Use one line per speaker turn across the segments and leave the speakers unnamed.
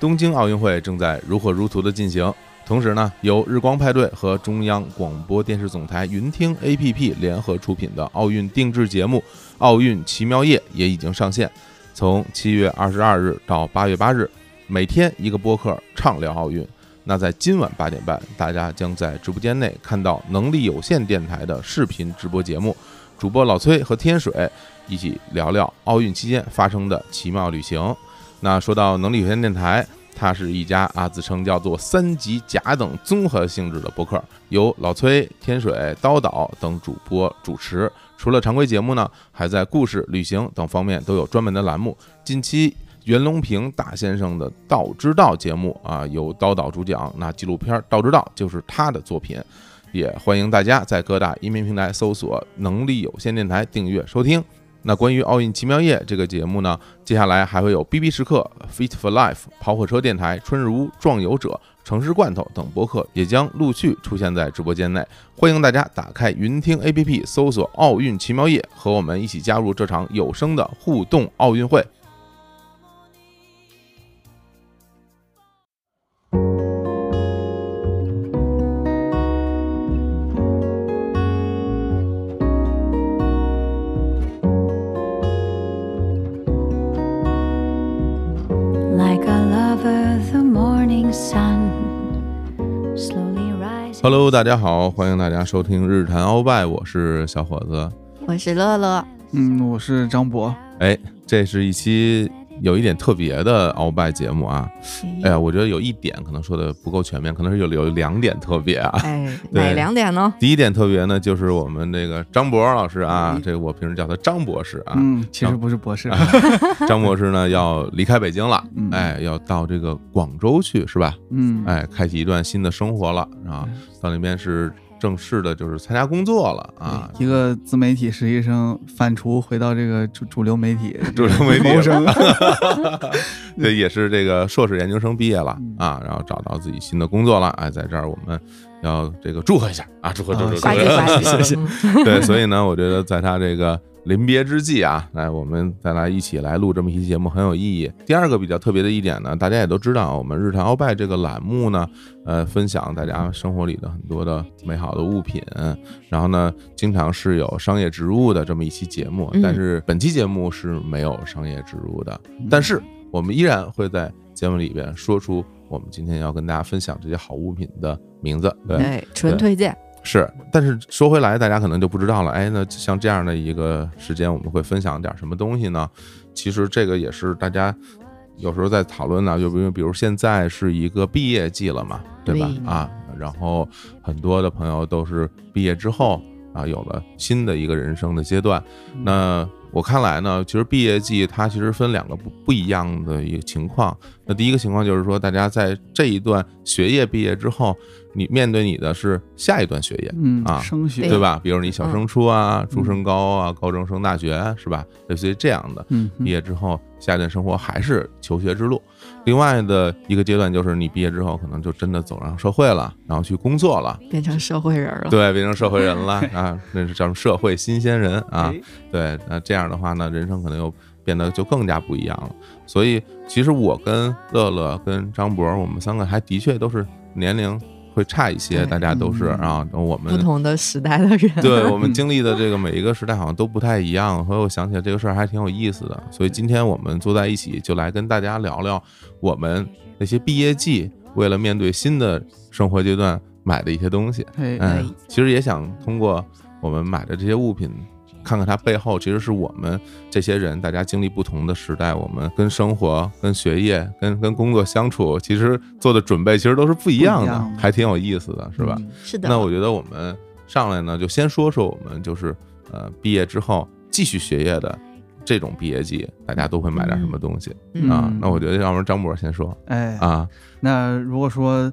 东京奥运会正在如火如荼的进行，同时呢，由日光派对和中央广播电视总台云听 APP 联合出品的奥运定制节目《奥运奇妙夜》也已经上线。从七月二十二日到八月八日，每天一个播客畅聊奥运。那在今晚八点半，大家将在直播间内看到能力有限电台的视频直播节目，主播老崔和天水一起聊聊奥运期间发生的奇妙旅行。那说到能力有限电台，它是一家啊自称叫做三级甲等综合性质的播客，由老崔、天水、刀导等主播主持。除了常规节目呢，还在故事、旅行等方面都有专门的栏目。近期袁隆平大先生的《道之道》节目啊，由刀导主讲。那纪录片《道之啊道》就是他的作品，也欢迎大家在各大音频平台搜索“能力有限电台”订阅收听。那关于《奥运奇妙夜》这个节目呢，接下来还会有 B B 时刻、Fit for Life、跑火车电台、春日屋、壮游者、城市罐头等播客也将陆续出现在直播间内。欢迎大家打开云听 A P P，搜索“奥运奇妙夜”，和我们一起加入这场有声的互动奥运会。
Like a lover, the morning sun slowly rises.
Hello，大家好，欢迎大家收听日坛鳌拜，我是小伙子。
我是乐乐，
嗯，我是张博。
哎，这是一期有一点特别的鳌拜节目啊。哎呀，我觉得有一点可能说的不够全面，可能是有有两点特别啊。
哎，
对
哪两点呢？
第一点特别呢，就是我们这个张博老师啊，
嗯
这个我平时叫他张博士啊。
嗯，其
然
实
后
不是博士，
张博士呢要离开北京了，
嗯
哎，要到这个广州去是吧？
嗯，
哎，开启一段新的生活了啊，到那边是正式的，就是参加工作了啊。
一个自媒体实习生反刍回到这个主主流媒体
主流媒体
谋生。
这也是这个硕士研究生毕业了
嗯
啊，然后找到自己新的工作了，哎，在这儿我们要这个祝贺一下啊，祝贺祝贺
啊
祝
呱
贺
唧呱唧，
谢谢
嗯
对，所以呢，我觉得在他这个临别之际啊，来我们再来一起来录这么一期节目很有意义。第二个比较特别的一点呢，大家也都知道，我们日常鳌拜这个栏目呢，呃，分享大家生活里的很多的美好的物品，然后呢，经常是有商业植入的这么一期节目，
嗯
但是本期节目是没有商业植入的，但是我们依然会在节目里边说出我们今天要跟大家分享这些好物品的名字，对。
对，纯推荐，
是，但是说回来，大家可能就不知道了。哎，那像这样的一个时间，我们会分享点什么东西呢？其实这个也是大家有时候在讨论呢、就比如比如现在是一个毕业季了嘛，对吧？
对
啊，然后很多的朋友都是毕业之后啊，有了新的一个人生的阶段。那我看来呢，其实毕业季它其实分两个不不一样的一个情况。那第一个情况就是说，大家在这一段学业毕业之后，你面对你的是下一段学业，
嗯
啊
升学
对？吧？比如你小升初啊、初升高啊、高中升大学啊是吧？类似于这样的，
嗯，
毕业之后下一段生活还是求学之路。另外的一个阶段就是你毕业之后可能就真的走上社会了，然后去工作了，
变成社会人了。
对，变成社会人了啊，那是叫什么社会新鲜人啊。
哎
对，那这样的话呢，人生可能又变得就更加不一样了。所以，其实我跟乐乐、跟张博，我们三个还的确都是年龄会差一些，
对
大家都是
嗯
啊，我
不
们。
同的 时代的人，
对我们经历的这个每一个时代好像都不太一样，所以我想起来这个事儿还挺有意思的。所以今天我们坐在一起，就来跟大家聊聊我们那些毕业季为了面对新的生活阶段买的一些东西。
哎，
嗯，其实也想通过我们买的这些物品，看看它背后其实是我们这些人大家经历不同的时代，我们跟生活、跟学业、跟跟工作相处，其实做的准备其实都是不一样
不
的，
嗯
一样的
还挺有意思的，是吧？
嗯？
是的。
那我觉得我们上来呢，就先说说我们就是呃毕业之后继续学业的。这种毕业季，大家都会买点什么东西、
嗯
啊
嗯？
那我觉得，要不然张博先说
哎，
啊，
那如果说，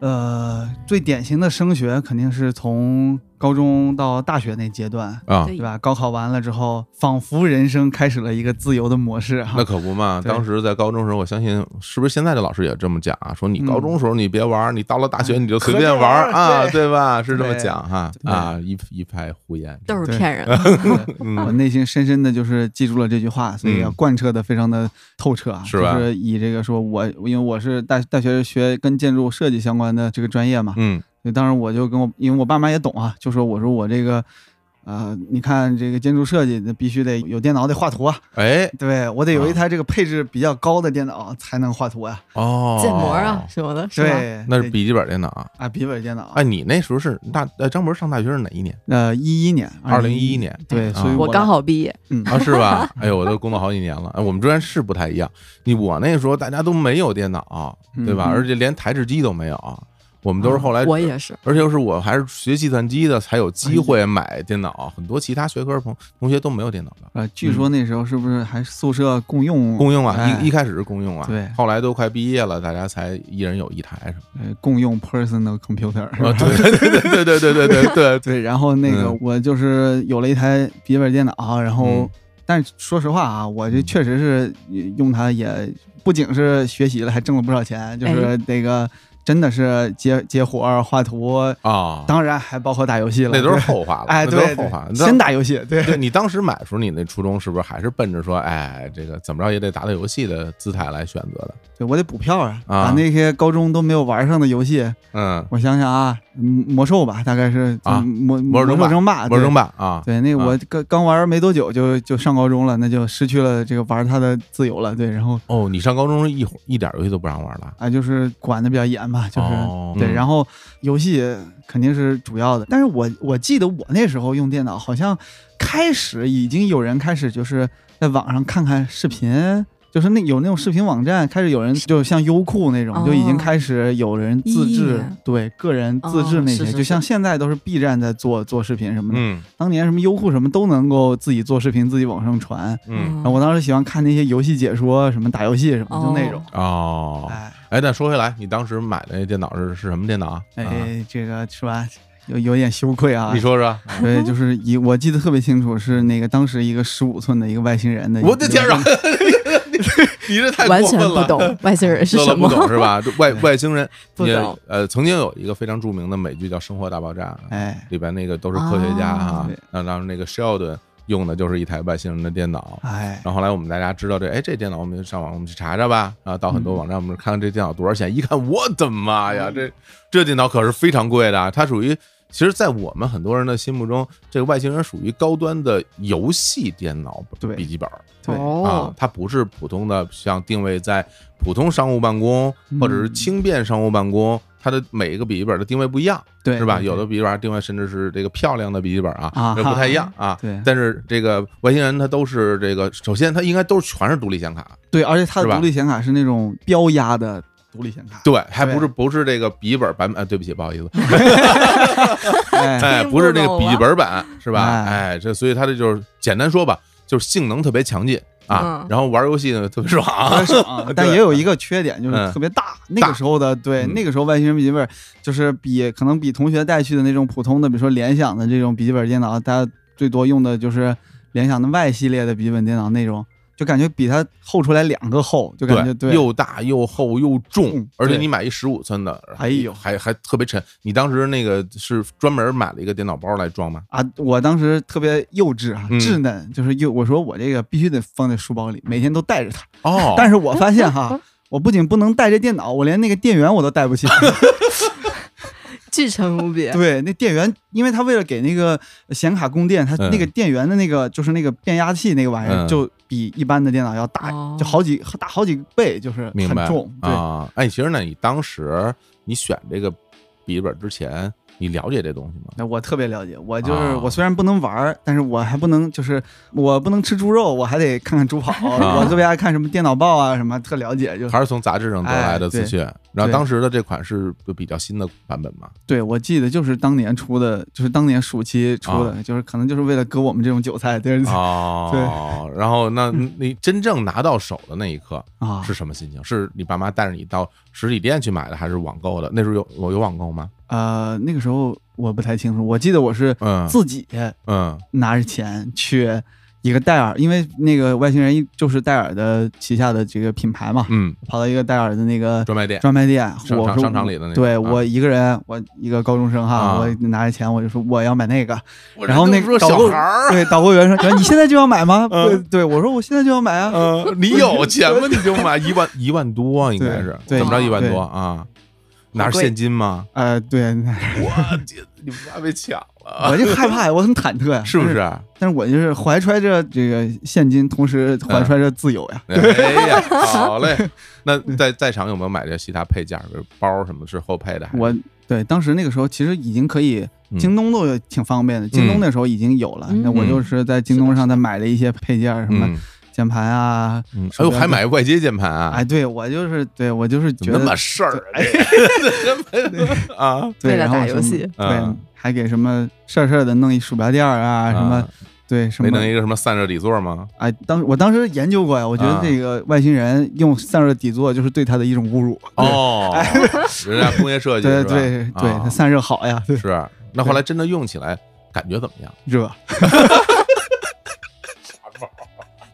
呃，最典型的升学肯定是从高中到大学那阶段，
啊，
对
对吧？高考完了之后，仿佛人生开始了一个自由的模式哈
那。可不嘛，
啊对
当时在高中时候，我相信是不是现在的老师也这么讲啊？说你高中时候你别玩儿，你到了大学你就随便玩儿
可劲儿
啊，
对
对吧？是这么
对
讲哈
对
啊，一一派胡言。
都是
对
骗人的，
我内心深深的就是记住了这句话，所以要贯彻的非常的透彻啊，
嗯是吧
就是以这个说我，因为我是大大学学跟建筑设计相关的这个专业嘛，
嗯
所以当时我就跟我，因为我爸妈也懂啊，就说我说我这个，呃，你看这个建筑设计，那必须得有电脑得画图啊，
哎
对我得有
啊
一台这个配置比较高的电脑才能画图啊，
哦，
建模啊，什么的，是吧？
对，
那是
得
笔记本电脑啊。
啊笔记本电脑，
哎，，你那时候是大呃张博上大学是哪一年？
呃，一一年，
二零一一，年
对，所以
啊
我刚好毕业，
嗯，
啊，是 吧？哎呦，我都工作好几年了。哎，我们专业是不太一样。你我那时候大家都没有电脑，对吧？
嗯啊
而且连台式机都没有，我们都是后来，
我也是，
而且又是我还是学计算机的，才有机会买电脑。很多其他学科同同学都没有电脑的，
呃，据说那时候是不是还宿舍共用
公嗯用啊，
哎
一一开始是公用啊，
对
后来都快毕业了，大家才一人有一台什么的。
呃共用 personal computer，
啊，对 对对对对对对对对，
对，然后那个
嗯
我就是有了一台笔记本电脑，然
嗯
后但是说实话啊，我这
嗯
确实是用它也不仅是学习了，还挣了不少钱，就是那个真的是接接活儿画图，
啊，
当然还包括打游戏了，
那都是
对
后话了，
哎，
那都是
对，
后
对
话。你知道
先打游戏，对
对你当时买的时候，你那初衷是不是还是奔着说，哎，这个怎么着也得打打游戏的姿态来选择的？
对，我得补票啊，
啊
把那些高中都没有玩上的游戏，
嗯，
我想想啊，嗯魔兽吧，大概是
啊
魔
魔
魔
兽争霸
兽争霸，
玩
对
争霸啊，
对，那我刚刚玩没多久就就上高中了，那就失去了这个玩它的自由了。对，然后
哦，你上高中一会儿一点游戏都不让玩了，
啊，就是管的比较严吧，就是、
哦
对。
嗯
然后游戏肯定是主要的，但是我我记得我那时候用电脑，好像开始已经有人开始就是在网上看看视频。就是那有那种视频网站，开始有人就像优酷那种，
哦
就已经开始有人自制
咦，
对个人自制
哦
那些，
是是
就像
是
现在都是 B 站在做做视频什么的，
嗯
当年什么优酷什么都能够自己做视频，自己往上传。
嗯，
然后我当时喜欢看那些游戏解说，什么打游戏什么，
哦
就那种。
哦，
哎
哎，那说回来，你当时买的那电脑是是什么电脑啊？啊
哎，这个是吧？有有点羞愧啊
你。说说，
对，就是以我记得特别清楚，是那个当时一个十五寸的一个外星人的。
我的天啊！，你这太
完
过
全
分
不
了
懂外星人是
乐乐
什
不
么，
懂是吧？这外外星人
不
也
懂
呃，曾经有一个非常著名的美剧叫《生活大爆炸》，
哎
里边那个都是科学家
啊
哈
对，
那然后那个 Sheldon 用的就是一台外星人的电脑。
哎，
然后后来我们大家知道这，哎，这电脑我们就上网我们去查查吧，啊，到很多网站我们看看这电脑多少钱，一看我的妈呀，这这电脑可是非常贵的啊，它属于，其实，在我们很多人的心目中，这个外星人属于高端的游戏电脑
对
笔记本，
对
啊
哦，，
它不是普通的像定位在普通商务办公或者是轻便商务办公，它的每一个笔记本的定位不一样，
对，
是吧？
对
有的笔记本定位甚至是这个漂亮的笔记本啊
啊，
这不太一样啊。
对
但是这个外星人它都是这个，首先它应该都是全是独立显卡，
对，而且它
是
的
吧
独立显卡是那种标压的独立显卡。
对，还不
对
是不是这个笔记本版本，呃对不起，不好 意思，
哎，
哎，
听
不
不
是那个
懂
笔记本版是吧？
哎
哎，这所以它这就是简单说吧，就是性能特别强劲啊
嗯，
然后玩游戏呢特别爽，，
特别爽啊 但
对
也有一个缺点，就是
嗯
特别大。那个时候的对，
嗯
那个时候外星人笔记本就是比可能比同学带去的那种普通的，比如说联想的这种笔记本电脑，大家最多用的就是联想的 Y 系列的笔记本电脑那种，就感觉比它厚出来两个厚，就感觉 对
又大又厚又重
嗯，
而且
对
你买一十五寸的，
哎呦
还还特别沉。你当时那个是专门买了一个电脑包来装吗？
啊，我当时特别幼稚啊，
嗯
稚嫩，就是幼，我说我这个必须得放在书包里，每天都带着它。
哦
但是我发现哈。我不仅不能带这电脑，我连那个电源我都带不起。
巨沉无比，
对，那电源，因为它为了给那个显卡供电，它
嗯
那个电源的那个、就是那个变压器那个玩意儿，
嗯
就比一般的电脑要大，
哦
就好几大好几倍，就是
明
很
白
重。对，
啊。哎，其实呢，你当时你选这个笔记本之前，你了解这东西吗？
那我特别了解，我就是、
啊
我虽然不能玩儿，但是我还不能就是我不能吃猪肉，我还得看看猪跑，
啊
我特别爱看什么电脑报啊什么，特了解。就是
还是从杂志上得来的
哎对
资讯？然后
对
当时的这款是就比较新的版本嘛？
对我记得就是当年出的，就是当年暑期出的，
啊
就是可能就是为了割我们这种韭菜， 对嗯
哦，然后那你真正拿到手的那一刻
啊
是什么心情？是你爸妈带着你到实体店去买的，还是网购的？那时候有我有网购吗？
呃那个时候我不太清楚，我记得我是
嗯
自己。
嗯，
拿着钱去一个戴尔，因为那个外星人一就是戴尔的旗下的这个品牌嘛，
嗯，
跑到一个戴尔的那个
专卖店，
专卖店，
商
我
商
说
商场里的那个
对
啊
我一个人，我一个高中生
啊
哈，我拿着钱我就说我要买那个，
我
然后
这
那
就说
导
小
购
孩儿，
对，导购员说 然后你现在就要买吗？
嗯
对对，我说我现在就要买啊，
呃，你有钱吗？你就买一万一万多啊，应该是
对
怎么着
对
一万多啊？哪是
贵
现金吗？
呃，对，
我天，你们家被抢了，
我就害怕呀，我很忐忑呀，
是不
但
是？？
但是我就是怀揣着这个现金，同时
嗯
怀揣着自由呀。
哎 呀，好嘞。那
嗯
在在场有没有买这其他配件，比如包什么是后配的？还是
我对当时那个时候其实已经可以
嗯，
京东都有挺方便的，京东那时候已经有了。
嗯
那我就是在京东上再买了一些配件儿，什么
嗯
键盘啊，
嗯，哎呦，还买外接键盘啊
哎，？对我就是对我就是
怎
觉
么那
得哎
么事儿啊这个 啊？
对，
为了
然后
打
什
游
么
戏
对
嗯，
还给什么事儿事儿的弄一鼠标垫儿啊，什么
啊
对什
没
么
弄一个什么散热底座吗？
哎，当我当时研究过呀，我觉得
啊
这个外星人用散热底座就是对他的一种侮辱。
哦，人家工业设计
对
是吧
对对，
啊
它散热好呀，对
是。那后来真的用起来感觉怎么样？
热，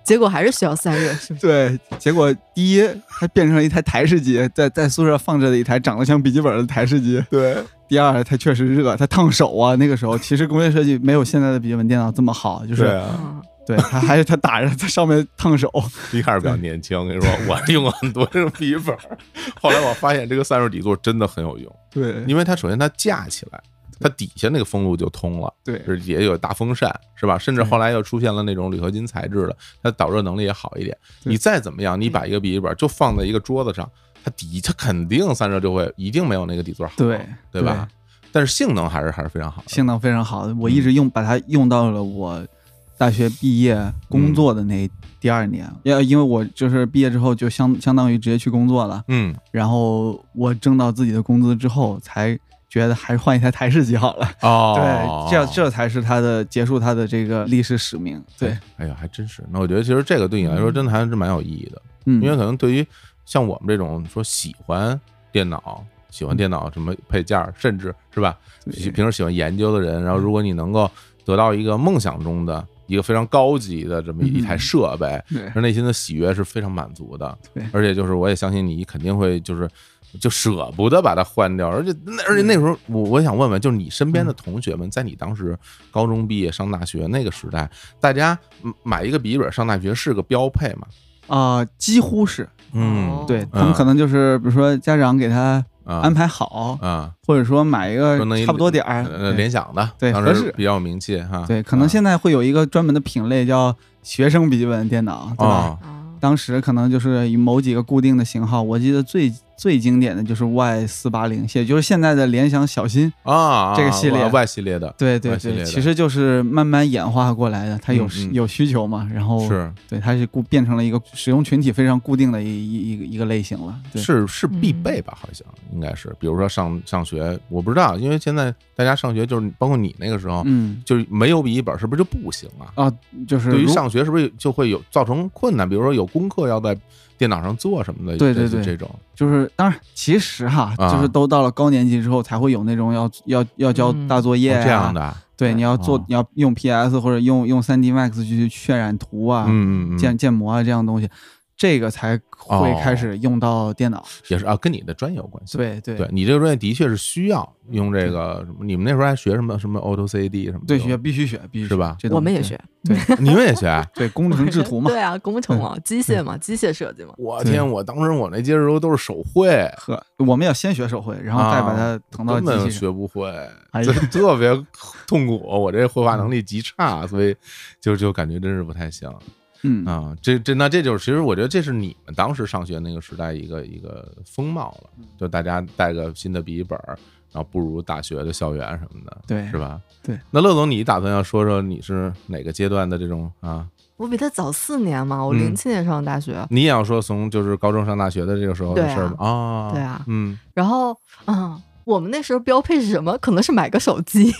结果还是需要散热，是不是？
对。结果第一，它变成了一台台式机，在在宿舍放着的一台长得像笔记本的台式机。
对，
第二，它确实热，它烫手啊。那个时候其实工业设计没有现在的笔记本电脑这么好，就是
啊，
嗯
对它还是它打着它上面 烫手。
一开始比较年轻，我跟你 说，我用过很多这种笔记本儿，后来我发现这个散热底座真的很有用，
对
因为它首先它架起来，它底下那个风路就通了。
对
就是也有大风扇，是吧？甚至后来又出现了那种铝合金材质的，它导热能力也好一点。
对嗯
你再怎么样，你把一个笔记本就放在一个桌子上，它底它肯定散热就会一定没有那个底座好，
对
对吧？但是性能还是还是非常好的，
性能非常好，我一直用把它用到了我大学毕业工作的那第二年，
嗯
要、因为我就是毕业之后就相相当于直接去工作了，
嗯
然后我挣到自己的工资之后，才觉得还是换一台台式机好了。
哦，
对，这这才是它的结束它的这个历史使命。对，，
哎呀，还真是。那我觉得其实这个对你来说真的还是蛮有意义的，
嗯，
因为可能对于像我们这种说喜欢电脑、喜欢电脑什么配件儿，甚至是吧，喜
对
平时喜欢研究的人，然后如果你能够得到一个梦想中的一个非常高级的这么一
嗯
台设备，
对
而内心的喜悦是非常满足的
对。
而且就是我也相信你肯定会就是。就舍不得把它换掉，而且那而且那时
嗯
候我我想问问，就是你身边的同学们，在你当时高中毕业上大学那个时代，大家嗯买一个笔记本上大学是个标配嘛？
啊、几乎是
嗯
哦，
对他们可能就是比如说家长给他
啊
安排好，
啊，
或者说买一个
说弄一
差不多点儿，
呃，
对
联啊想的，
对
当
合
时
适
比较有名气哈。
对，可能现在会有一个专门的品类叫学生笔记本电脑，对吧？
啊
啊，
当时可能就是以某几个固定的型号，我记得最最经典的就是 Y 四八零，也就是现在的联想小新。
啊啊，
这个系列
啊 Y 系列的，
对对
Y 系列
对，
的
其实就是慢慢演化过来的，它有、
嗯嗯
有需求嘛，然后
是
对，它是固变成了一个使用群体非常固定的一一一个一个类型了。对，
是是必备吧？好像应该是，比如说上上学，我不知道，因为现在大家上学就是包括你那个时候，
嗯
就是没有笔记本是不是就不行啊？
啊，就是
对于
如
上学是不是就会有造成困难？比如说有功课要在电脑上做什么的，
对
类
对
似
对
这种
就是当然其实哈，
啊
就是都到了高年级之后才会有那种要要要交
嗯
大作业、
哦
啊
这样的啊，
对，你要做，
哦
你要用 PS 或者用用 3D Max 去渲染图啊、
嗯嗯
建
嗯，
建模啊这样的东西，这个才会
哦
开始用到电脑。
也是啊，跟你的专业有关系。
对对
对你这个专业的确是需要用这个什么，你们那时候还学什么什么 Auto CD 什么的？
对学必须学，必须
是吧
学这东西
我们也学
你们也学啊？
对对工程制图嘛。
对啊，工程
嗯
嘛，机械嘛，机械设计嘛，
我
对
天！我当时我那接着都都是手绘，
呵，我们要先学手绘，然后再把
啊
它腾到
根本
机器上。
学不会，
哎
就
呀
特别痛苦。我这绘画能力极差，所以就就感觉真是不太行
嗯，
啊。这这那这就是，其实我觉得这是你们当时上学那个时代一个一个风貌了，
嗯
就大家带个新的笔记本儿，然后步入大学的校园什么的，
对
是吧？
哎对。
那乐总，你打算要说说你是哪个阶段的这种啊？
我比他早四年嘛，我
嗯
零七年上的大学，
你也要说从就是高中上大学的这个时候的
对啊
事儿吗？啊，
对啊
嗯，
然后嗯，我们那时候标配是什么？可能是买个手机，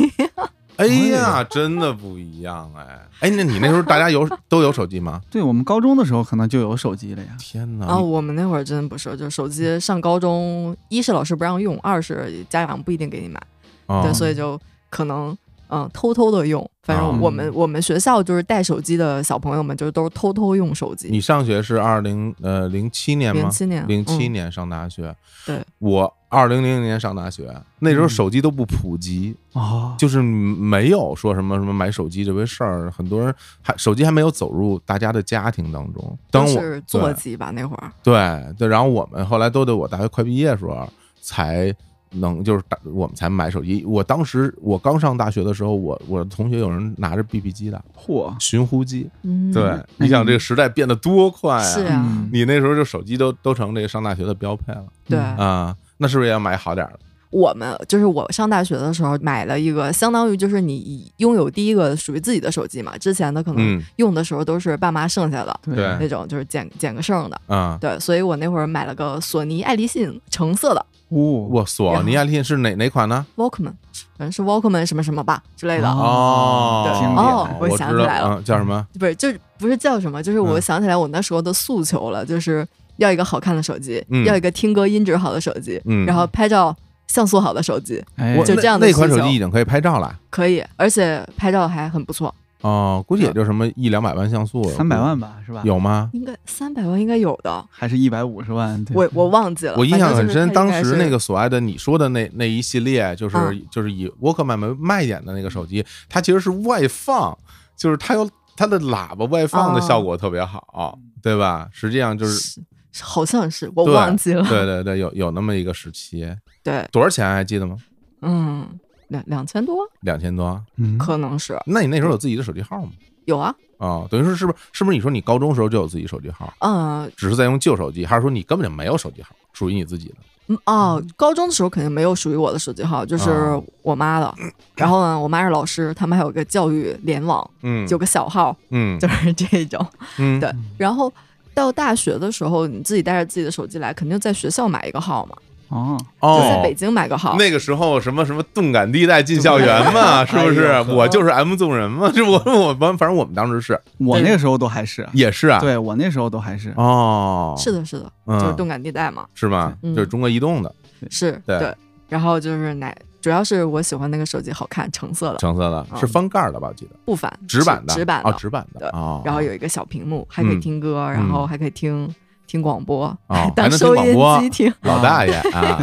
哎呀，真的不一样哎！哎，那你那时候大家有 都有手机吗？
对我们高中的时候可能就有手机了呀。
天哪！
啊，我们那会儿真不是，就是手机上高中，一是老师不让用，二是家长不一定给你买，
啊
对，所以就可能。嗯偷偷的用。反
啊
正我们、我们学校就是带手机的小朋友们，就是都是偷偷用手机。
你上学是二零呃零七年吗
零？七年，
零七
嗯
年上大学，
对
我二零零零年上大学，那时候
嗯
手机都不普及，
哦，
就是没有说什么什么买手机这回事儿，很多人还手机还没有走入大家的家庭当中。当
都
我
是座
对
机吧那会儿，
对对，然后我们后来都得我大学快毕业的时候才能，就是大我们才买手机。我当时我刚上大学的时候，我我的同学有人拿着 BB 机的
嚯，
寻呼机，
嗯，
Mm.
对、你想这个时代变得多快啊！
是啊
嗯
你那时候就手机都都成这个上大学的标配了
对。
嗯
啊、那是不是也要买好点儿的？
我们就是我上大学的时候买了一个，相当于就是你已拥有第一个属于自己的手机嘛，之前的可能
嗯
用的时候都是爸妈剩下的、
对
对
那种，就是捡捡个剩的。
啊、
对，所以我那会儿买了个索尼爱立信橙色的
哦，
我索尼爱立信是哪哪款呢？
Walkman，反正是 Walkman 什么什么吧之类的，
哦
哦
对，
哦
我
我
知
想起
道
来了
嗯叫什么？
不是就不是叫什么，就是我
嗯
想起来我那时候的诉求了，就是要一个好看的手机，
嗯
要一个听歌音质好的手机，
嗯
然后拍照像素好的手机，
哎
我
就这样的
那那款
需
手
求
机已经可以拍照了。
可以，而且拍照还很不错，
哦，估计也
嗯
就什么一两百万像素，
三百万吧，是吧？
有吗？
应该三百万应该有的，
还是一百五十万？对
我我忘记了，
嗯我印象很深，
反正
当
就是它应该
时
是
那个索爱的你说的那那一系列，就是、
嗯
就是以沃克曼为卖点的那个手机，它其实是外放，就是它有它的喇叭外放的
哦
效果特别好，对吧？实际上就是
好像是我
对
忘记了，
对对对，有有那么一个时期，
对，
多少钱啊还记得吗？
嗯，两两千多
两千多。啊
嗯，
可能是
那你那时候有自己的手机号吗？
有啊，
啊、等于说是不是是不是你说你高中时候就有自己手机号，
嗯
只是在用旧手机，还是说你根本就没有手机号，属于你自己的？
嗯哦，高中的时候肯定没有属于我的手机号，就是
哦
我妈的。然后呢，我妈是老师，他们还有个教育联网，
嗯，
有个小号，
嗯
就是这种。
嗯
对然后到大学的时候，你自己带着自己的手机来，肯定在学校买一个号嘛，
哦，
哦，
就在北京买个号。
那个时候什么什么动感地带进校园嘛， 是
对
不是？
哎呦呵
我就是 M 纵人嘛，这我 我反反正我们当时是
嗯
我那个时候都还是，
也是啊，
对我那时候都还是，
哦，
是的，是的，
嗯
就是动感地带嘛，
是吧？
嗯
就是中国移动的
是
对
然后就是奶，主要是我喜欢那个手机好看，橙色的，
橙色的，
嗯
是翻盖儿的吧？我记得
不反
纸板的，
纸板
哦，
的。
纸板的
对
哦，
然后有一个小屏幕，还可以
嗯哦
听歌，然后还可以听听广播
还，
当
能听
收
广
音
播
机听。
老大爷 啊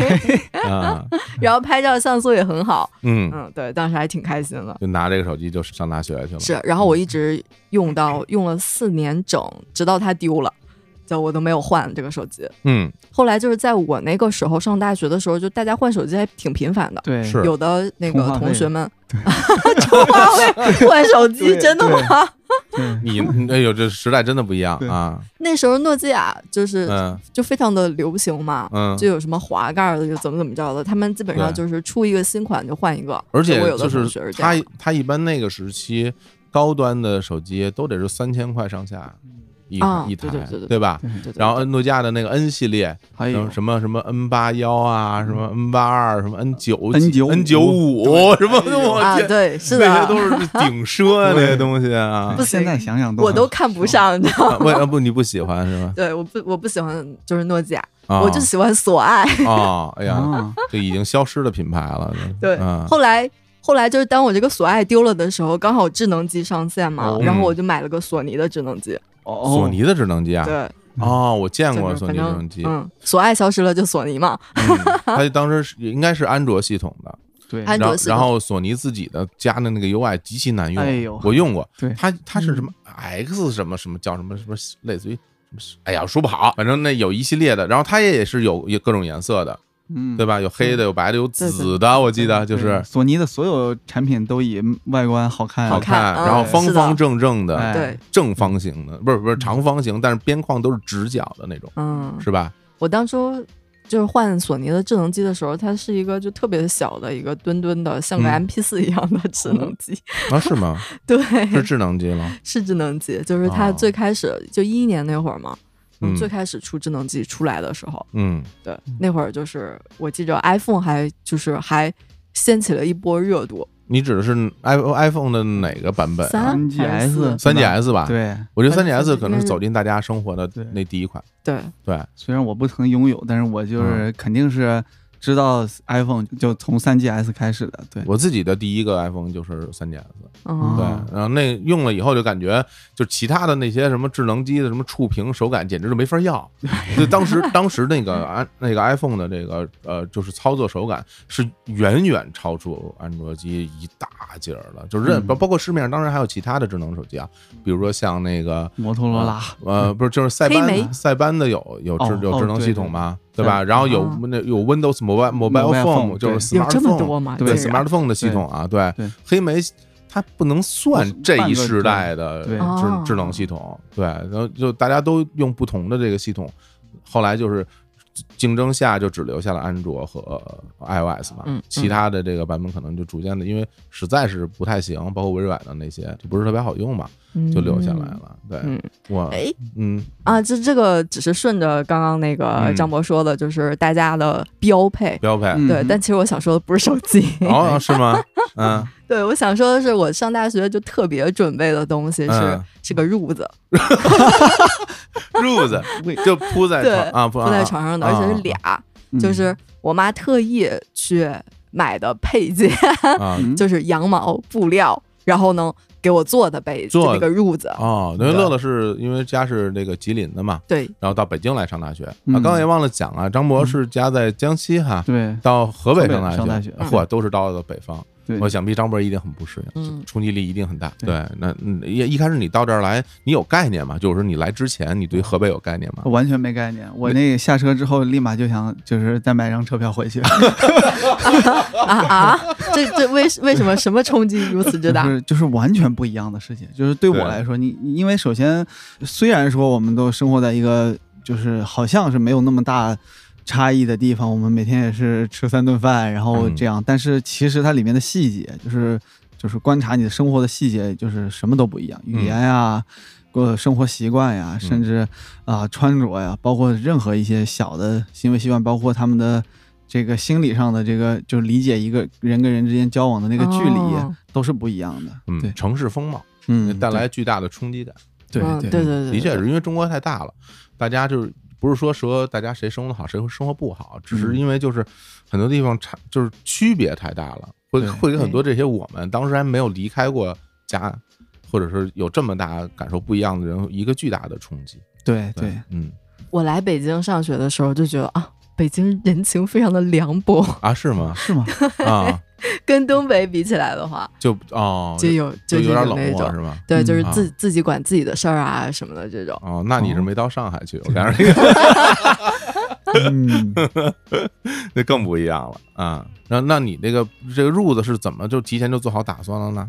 啊
然后拍照像素也很好，
嗯，
嗯，对，当时还挺开心的。
就拿这个手机就上大学去了，
是，然后我一直用到用了四年整，直到它丢了，就我都没有换这个手机。
嗯
后来就是在我那个时候上大学的时候，就大家换手机还挺频繁的。
对，
是
有的那个
充话费
同学们， 充话 费换手机，
对
真的吗？
对，
你哎呦这时代真的不一样
对
啊，
那时候诺基亚就是、
嗯
就非常的流行嘛，
嗯
就。有什么滑盖儿的，就怎么怎么着的，他们基本上
对
就是出一个新款就换一个。
而且
我有的
就
同
是
学是这
他
样，
他一般那个时期高端的手机都得是三千块上下一台、
啊
一台，
对对对对
吧？
嗯对对哎
然后恩诺基亚的那个 N 系列，
还
然
有
后什么什么 N 八幺啊，什么 N 八二，什么 N 九
N95
N 九五， 什么我
啊，
天，
对，是
那些都
的，
是顶奢啊，那
对
些东西啊
不，
现在
行
想想都
我都
很
看不上，你知道吗？
啊为啊不你不喜欢是吧？
对，我不我不喜欢就是诺基亚，
啊
我就喜欢索爱。
啊，哎呀，
啊，
这已经消失的品牌了，
对，
嗯
后来后来就是当我这个索爱丢了的时候，刚好智能机上线嘛，
哦
然
嗯
后我就买了个索尼的智能机。
哦
索尼的智能机啊，
对，
哦，我见过
就是
索
反
尼智能
正
机，
嗯，索爱消失了就索尼嘛，
嗯，它当时是应该是安卓系统的，
对，
安
然后
卓系
然
统
后索尼自己的加的那个 UI 极其难用，
哎呦
我用过，
对嗯
它它是什么 X 什么什么叫什么什么类似于什么，哎呀说不好，反正那有一系列的，然后它也也是有有各种颜色的，
嗯
对
吧？
吧？有黑的，有白的，有
对对
紫的，我记得就
对
是
索尼的所有产品都以外观好看
好看，
看嗯
然后方
是的
方正正的，
哎
对，
正方形的，不是不是长方形，但是边框都是直角的那种，
嗯，
是吧？
我当初。就是换索尼的智能机的时候，它是一个就特别小的一个墩墩的，像个
嗯
MP 四一样的智能机。
啊，是吗？
对，
是智能机吗？
是智能机，就是它
哦
最开始、就一一年那会儿嘛，
嗯
最开始出智能机出来的时候，
嗯，
对，那会儿就是我记着 iPhone 还就是还掀起了一波热度，
你指的是 iPhone iPhone 的哪个版本啊？
三还是
3GS
四
三 GS 吧？。
对，
我觉得三
反正
GS
是
可能是
应该是
走进大家生活的
对
那第一款，
嗯对，
对，嗯
虽然我不曾拥有，但是我就是肯定是知道 iPhone 就从 3GS 开始的，对，
我自己的第一个 iPhone 就是三 GS，
嗯，
对
哦，
然后那用了以后就感觉，就其他的那些什么智能机的什么触屏手感，简直就没法要。就当时当时那个安那个 iPhone 的这个呃，就是操作手感是远远超出安卓机一大截儿了。就任
嗯
包包括市面上当然还有其他的智能手机啊，比如说像那个
摩托罗拉，
呃，不是，就是塞
黑莓
班塞班的有有智
哦
有智
哦
能
对
系统嘛，对吧？
对哦
然后有
嗯
那有 Windows Mobile Mobile
Mobile
Phone，
Phone，
就
对
是
有
Smart
这么
Phone，
多吗？
对
竟然
Smartphone 的系统啊，对
对
黑莓。它不能算这一世代的
对
智
哦
智能系统，对，然后就大家都用不同的这个系统，后来就是竞争下就只留下了安卓和 iOS 嘛
嗯嗯，
其他的这个版本可能就逐渐的，因为实在是不太行，包括微软的那些就不是特别好用嘛，嗯就留下来。了。对，
嗯，
我
哎，
嗯，
啊，这这个只是顺着刚刚那个
嗯
张博说的，就是大家的标配。
标配。
嗯
对，但其实我想说的不是手机，
哦，是 吗？嗯，
对我想说的是，我上大学就特别准备的东西是、
嗯
是个褥子，
褥子
喂
就铺在
对
床啊，铺
铺在床上的，而且是俩，
啊
嗯
就是我妈特意去买的配件，
啊，
嗯
就是羊毛布料，然后呢给我做的被子，
做
就那个褥子。
哦，因为乐乐是因为家是那个吉林的嘛，
对，
然后到北京来上大学。啊，
嗯
刚才也忘了讲啊，张博是家在江西哈，
对
到河北
河北上
大
大
学
学，嗯
嚯，都是到了北方。
对，
我想必张博一定很不适应，
嗯
冲击力一定很大。
对
对，那嗯一一开始你到这儿来，你有概念吗？就是说你来之前，你对河北有概念吗
我？完全没概念，我那下车之后立马就想，就是再买张车票回去，
啊啊，这这为为什么什么冲击如此之
就
嗯
大？
是就是完全不一样的世界。就是对我
对
来说，你你因为首先，虽然说我们都生活在一个就是好像是没有那么大差异的地方，我们每天也是吃三顿饭，然后
嗯
这样，但是其实它里面的细节，就是就是观察你的生活的细节，就是什么都不一样，
嗯
语言呀、呃，生活习惯呀，甚至啊、穿着呀，包括任何一些小的行为习惯，包括他们的这个心理上的这个，就是理解一个人跟人之间交往的那个距离，
哦
都是不一样的。
嗯，
对，
城市风貌
嗯，
带来巨大的冲击感。
对
嗯，
对
对对对，
的确是因为中国太大了，大家就是不是说说大家谁生活好谁生活不好，只
嗯
是因为就是很多地方差就是区别太大了，会
对
会给很多这些我们当时还没有离开过家，或者是有这么大感受不一样的人一个巨大的冲击。
对对，
嗯
我来北京上学的时候就觉得啊，北京人情非常的凉薄，
啊是吗？
是 吗？
啊
跟东北比起来的话，
就哦
就有
就
就
有点
种
冷
那
漠
种，
是吗？
对，就是
嗯啊
自自己管自己的事儿啊什么的这种。
哦，那你是没到上海去，我感觉那个
嗯，
那更不一样了啊。那那你那个这个褥子是怎么就提前就做好打算了呢？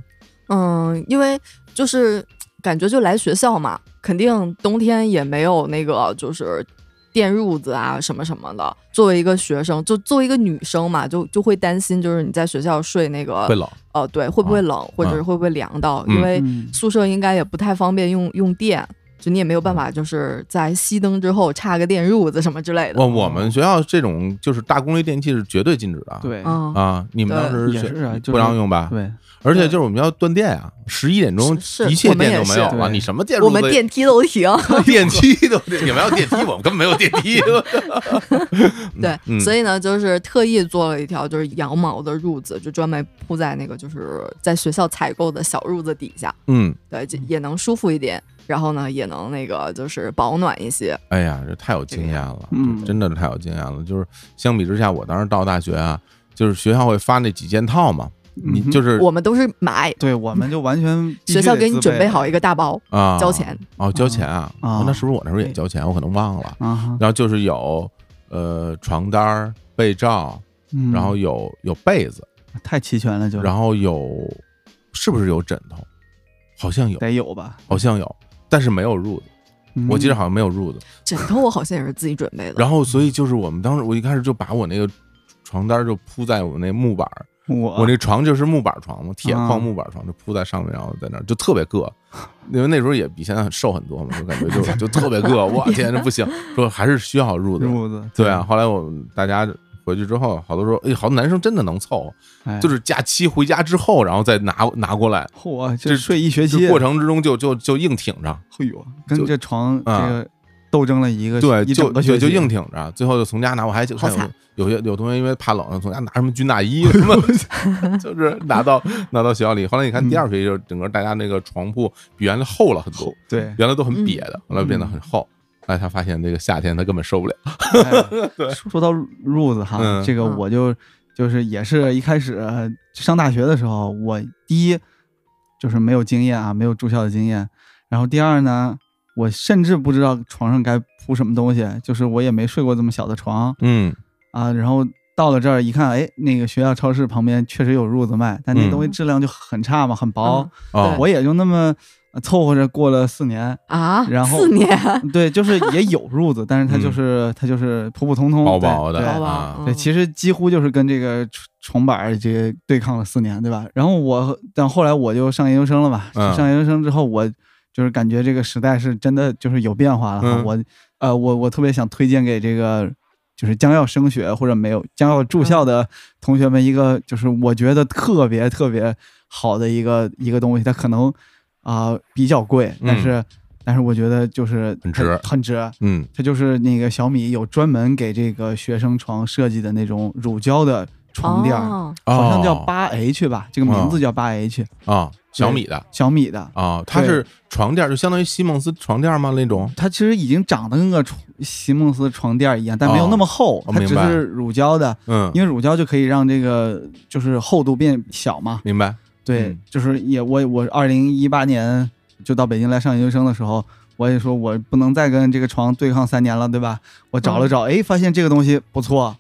嗯，因为就是感觉就来学校嘛，肯定冬天也没有那个就是垫褥子啊什么什么的。作为一个学生，就作为一个女生嘛，就就会担心，就是你在学校睡那个
会冷
呃，对，会不会冷，或者是
嗯
会不会凉到？
嗯
因为
嗯
宿舍应该也不太方便用用电。就你也没有办法，就是在熄灯之后插个电褥子什么之类的。
我我们学校这种就是大功率电器是绝对禁止的，
对
嗯，
啊，你们当时
对也是啊
学
就是
不让用吧？
对，
而且就是我们要断电啊，十一点钟
是是
一切
我们
电
也
都没有
是
了，
对
你什么电？
我们 电梯都停。
电梯都你们要电梯，我们根本没有电 梯。
对，
嗯
所以呢，就是特意做了一条就是羊毛的褥子，就专门铺在那个就是在学校采购的小褥子底下，
嗯，
对，就也能舒服一点，然后呢，也能那个就是保暖一些。
哎呀，这太有经验了，
嗯
这真的是太有经验了。就是相比之下，我当时到大学啊，就是学校会发那几件套嘛，你
嗯哼
就是
我们都是买，
对，我们就完全必须
学校
得
给你
自
准备
备
好一个大包，
啊
交钱
哦，交钱啊，
啊
哦那是不是我那时候也交钱？我可能忘了。
啊哈，
然后就是有呃床单儿、被罩，
嗯
然后有有被子。
太齐全了就，
然后有是不是有枕头？好像有，
得有吧？
好像有，但是没有褥子。
嗯
我记得好像没有褥子。
枕头我好像也是自己准备的。
然后所以就是我们当时，我一开始就把我那个床单就铺在我那木板儿，
我
我那床就是木板床嘛，铁
啊
矿木板床就铺在上面，然后在那儿就特别硌。因为那时候也比现在瘦很多嘛，就感觉 就就特别硌，我天，这不行，说还是需要褥子。
褥子，
对啊，，后来我们大家回去之后，好多说，哎，好多男生真的能凑合，
哎
就是假期回家之后，然后再拿拿过来，
嚯，
这
这睡一学
就
期
过程之中就就就硬挺着，
哎呦，跟
就
这床这
啊
个斗争了一个
对，
一
就
整个
对
学
就
期
硬挺着，最后就从家拿。我还
好
看
惨
有有些有同学因为怕冷，从家拿什么军大衣啊什 么，就是拿到拿到学校里。后来你看第二学期，就是整个大家那个床铺比原来厚了很多，，
对嗯
原来都很瘪的，后来变得很厚。后来他发现这个夏天他根本受不了，
哎说说到褥子哈
嗯，
这个
嗯
我就就是也是一开始呃上大学的时候，我第一就是没有经验啊，没有住校的经验，然后第二呢，我甚至不知道床上该铺什么东西，就是我也没睡过这么小的床
嗯，
啊，然后。到了这儿一看，哎，那个学校超市旁边确实有褥子卖，但那
嗯
东西质量就很差嘛，很薄。
哦，
我也就那么呃凑合着过了四年，
啊，
然后
四 年，
对，就是也有褥子，但是它就是、它就是普普通通，
嗯薄
对
薄的
对
好不
啊
好？
对，其实几乎就是跟这个床床板儿这个对抗了四年，对吧？然后我，但后来我就上研究生了嘛。
嗯
上研究生之后，我就是感觉这个时代是真的就是有变化了哈。
嗯
我呃，我我特别想推荐给这个就是将要升学或者没有将要住校的同学们一个，就是我觉得特别特别好的一个一个东西，它可能啊、比较贵，但是、但是我觉得就是
嗯很值
很值。
嗯
它就是那个小米有专门给这个学生床设计的那种乳胶的床垫儿，
哦
好像叫
哦
八 H 吧，这个名字叫八 H，、
啊，小米的
小米的。
啊，它
对
是床垫，就相当于西梦思床垫吗？那种
它其实已经长得跟个床席梦思床垫儿一样，但没有那么厚，
哦
它只
明白
是乳胶的，
嗯，
因为乳胶就可以让这个就是厚度变小嘛。
明白，
对，
嗯
就是也我我二零一八年就到北京来上研究生的时候，我也说我不能再跟这个床对抗三年了，对吧？我找
嗯
了找，哎、发现这个东西不错，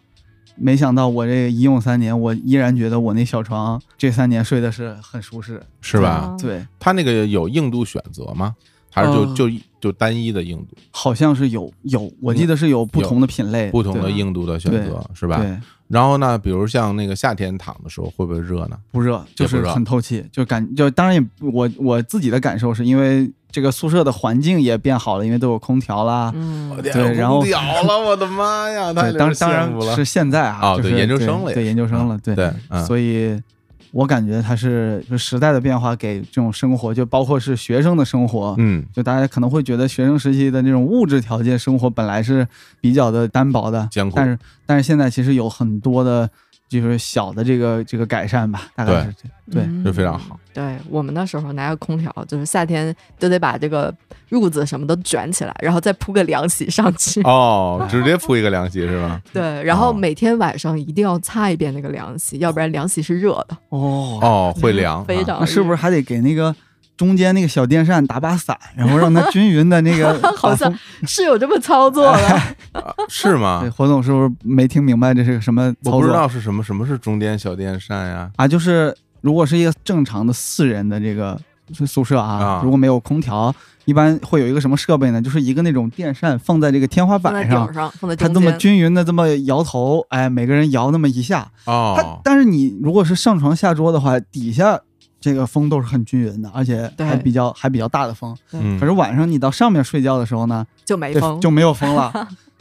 没想到我这一用三年，我依然觉得我那小床这三年睡的是很舒适。
是吧？？
对，啊
它那个有硬度选择吗？还是就
哦
就就单一的硬度，
好像是有有，我记得是有不同的品类，
不同的
对啊
硬度的选择是吧？
对，
然后呢，比如像那个夏天躺的时候会不会热呢？
不热，就
也
是
不热
很透气，就感就当然也不我我自己的感受是因为这个宿舍的环境也变好了，因为都有空调啦，
嗯，
哎
对然后
屌了，我的妈 呀！太
对，
令
当
人
当
羡
然
慕了
是现在啊，
哦
就是
对研究生了也
对研究生了，对，
对，嗯
所以我感觉它是就时代的变化给这种生活，就包括是学生的生活，
嗯
就大家可能会觉得学生时期的那种物质条件生活本来是比较的单薄的
艰苦，
但是但是现在其实有很多的，就是小的这个这个改善吧，大概是这对。
嗯
这非常好。
对我们那时候拿个空调，就是夏天就得把这个褥子什么都卷起来，然后再铺个凉席上去。
哦，直接铺一个凉席是吧？
对，然
啊
后
哦
每天晚上一定要擦一遍那个凉席，要不然凉席是热的。
哦，
哦，会凉，
非
啊
常
那是不是还得给那个中间那个小电扇打把伞，然后让它均匀的 那个
好像是有这么操作
哎
的？
啊是吗
对，？火总是不是没听明白这是个什么
我
操作？
不知道是什么，什么是中间小电扇呀？
啊，就是如果是一个正常的四人的这个宿舍啊，
啊
如果没有空调，一般会有一个什么设备呢？就是一个那种电扇放在这个天花
放在
板
顶
上。
上，放在
它
中
这么
间。
均匀的这么摇头，哎，每个人摇那么一下。它
哦，
但是你如果是上床下桌的话，底下这个风都是很均匀的，而且还
对
比较还比较大的风。
嗯
可是晚上你到上面睡觉的时候呢，
就没
对
风，
就没有 风了。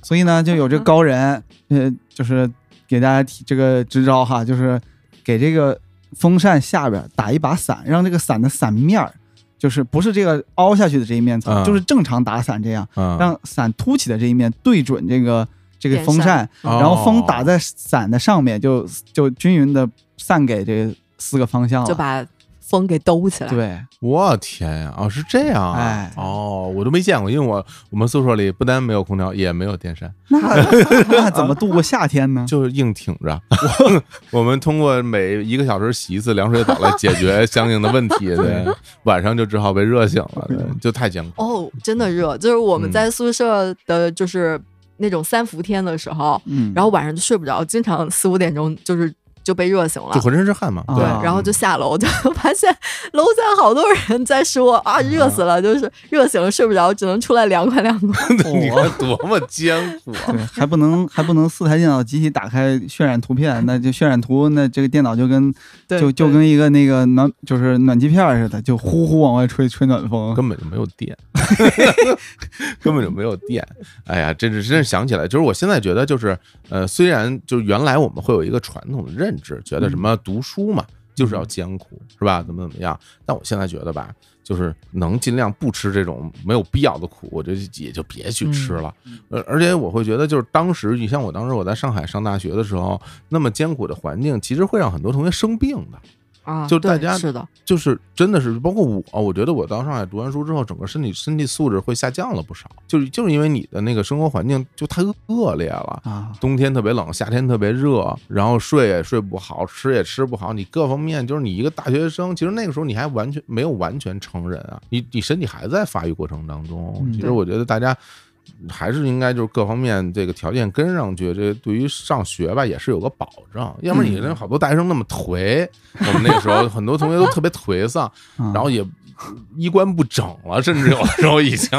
所以呢，就有这高人，呃，就是给大家提这个支招哈，就是给这个风扇下边打一把伞，让这个伞的伞面儿，就是不是这个凹下去的这一面层，
嗯
就是正常打伞这样，
嗯
让伞凸起的这一面对准这个这个风扇，
哦
然后风打在伞的上面，就就均匀的散给这四个方向了。
就把风给兜起来。
啊对，
我天呀！哦，是这样啊！
哎
哦，我都没见过，因为我我们宿舍里不单没有空调，也没有电扇，
那 那怎么度过夏天呢？
就是硬挺着。 我 们通过每一个小时洗一次凉水澡来解决相应的问 题。对，晚上就只好被热醒了，对
嗯
就太艰苦。
哦，真的热，就是我们
嗯
在宿舍的，就是那种三伏天的时候，
嗯，
然后晚上就睡不着，经常四五点钟就是就被热醒了
就。浑身是汗嘛，
啊
对，
然后就下楼， 就发现楼下好多人在说啊，热
嗯
死了，就是热醒了，睡不着，只能出来凉快凉 快。
你看
哦
多么艰苦啊！
对，还 不能还不能四台电脑集体打开渲染图片，那就渲染图，那这个电脑就跟
对
就就
对
跟一个那个暖就是暖气片儿似的，就呼呼往外吹吹暖风。
根本就没有电，根本就没有电。哎呀，真是真是想起来，就是我现在觉得，就是呃，虽然就是原来我们会有一个传统的认知，觉得什么读书嘛，就是要艰苦，是吧？怎么怎么样？但我现在觉得吧，就是能尽量不吃这种没有必要的苦，我就也就别去吃了。而、而且我会觉得，就是当时你像我当时我在上海上大学的时候，那么艰苦的环境，其实会让很多同学生病的。
啊，
就大
对
家
是的，
就是真的是，包括我，我觉得我到上海读完书之后，整个身体身体素质会下降了不少，就是就是因为你的那个生活环境就太恶劣了。
啊，
冬天特别冷，夏天特别热，然后睡也睡不好，吃也吃不好，你各方面就是你一个大学生，其实那个时候你还完全没有完全成人啊，你你身体还在发育过程当中。
嗯
其实
对
我觉得大家还是应该就是各方面这个条件跟上去，这对于上学吧也是有个保障，要不然你这好多大学生那么颓，我们那个时候很多同学都特别颓丧，
然
然后也衣冠不整了，甚至有的时候已经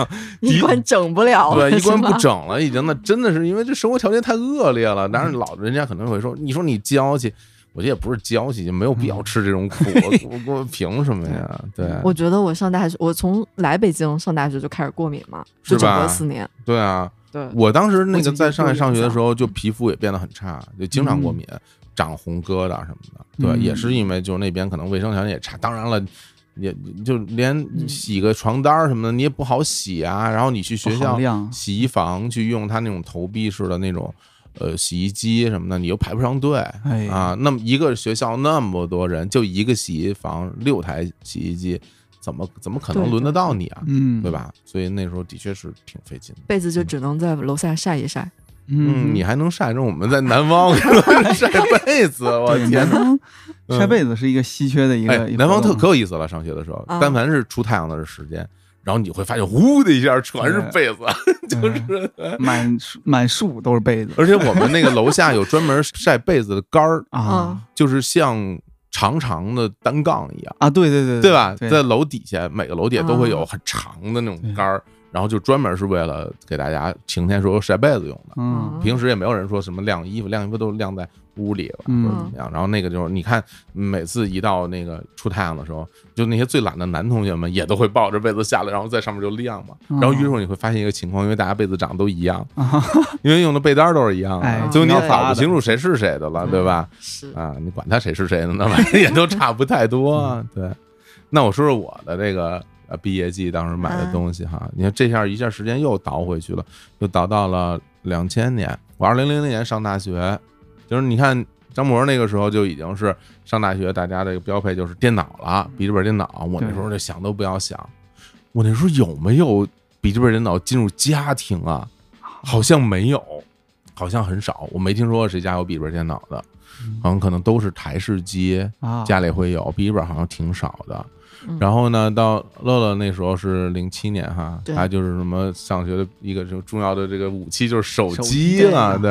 一
的
关整不了 了，
对，一
是
关不
吧
整了，已经那真的是因为这生活条件太恶劣了。当然，老人家可能会说，你说你娇气，我觉得也不是娇气，就没有必要吃这 种苦，我我我凭什么呀？对，
嗯我觉得我上大学，我从来北京上大学就开始过敏嘛，
是
就整
吧
个四年。
对啊，
对，
我当时那
我觉
个
得
在
有
上海
影
上学的
响
时候，就皮肤也变得很差，就经常过
嗯
敏，长红疙瘩什么的。对，也是因为就那边可能卫生条件也差，当然了。也就连
嗯
洗个床单儿什么的，你也不好洗啊。然后你去学
不好
校
晾
洗衣房去用它那种投币式的那种呃洗衣机什么的，你又排不上队
哎
啊。那么一个学校那么多人，就一个洗衣房六台洗衣机，怎么怎么可能
对
轮得
对
到你啊？
嗯，
对？吧？所以那时候的确是挺费劲的。
被子就只能在楼下晒一晒。
嗯，
嗯，
你还能晒着我们在南方 晒被子，我
对
天
南！方
嗯
晒被子是一个稀缺的一
哎
个，，一个
南方特
活动
可有意思了，上学的时候，
啊
但凡是出太阳的时间，然后你会发现，呼的一下全是被子，
嗯
就是。
满树满树都是被子
而且我们那个楼下有专门晒被子的杆儿，
啊
就是像长长的单杠一样，
啊，对对对
对吧？
对嗯
在楼底下，每个楼底下都会有
啊
很长的那种杆儿，然后就专门是为了给大家晴天时候晒被子用的。
嗯
平时也没有人说什么晾衣服，晾衣服都晾在屋里了，
嗯
或者怎么样。然后那个就是，你看每次一到那个出太阳的时候，就那些最懒的男同学们也都会抱着被子下来，然后在上面就晾嘛。
嗯
然后于是你会发现一个情况，因为大家被子长得都一样，
啊，
因为用的被单都是一样
哎
的，最后你也
挺
搞
好
不
的嗯
清楚谁是谁的了，对吧？
嗯是
啊，你管他谁是谁呢？那玩意儿也都差不太多啊。对，那我说说我的这个呃毕业季当时买的东西哈，你看这下一下时间又倒回去了，又倒到了两千年。我二零零零年上大学，就是你看张博那个时候就已经是上大学，大家这个标配就是电脑了，笔记本电脑。我那时候就想都不要想，我那时候有没有笔记本电脑进入家庭啊？好像没有，好像很少，我没听说过谁家有笔记本电脑的。好像可能都是台式机，
啊
家里会有，笔记本好像挺少的
嗯。
然后呢，到乐乐那时候是零七年哈，
对
他就是什么上学的一个什么重要的这个武器就是手
手
机
机
了，
啊
对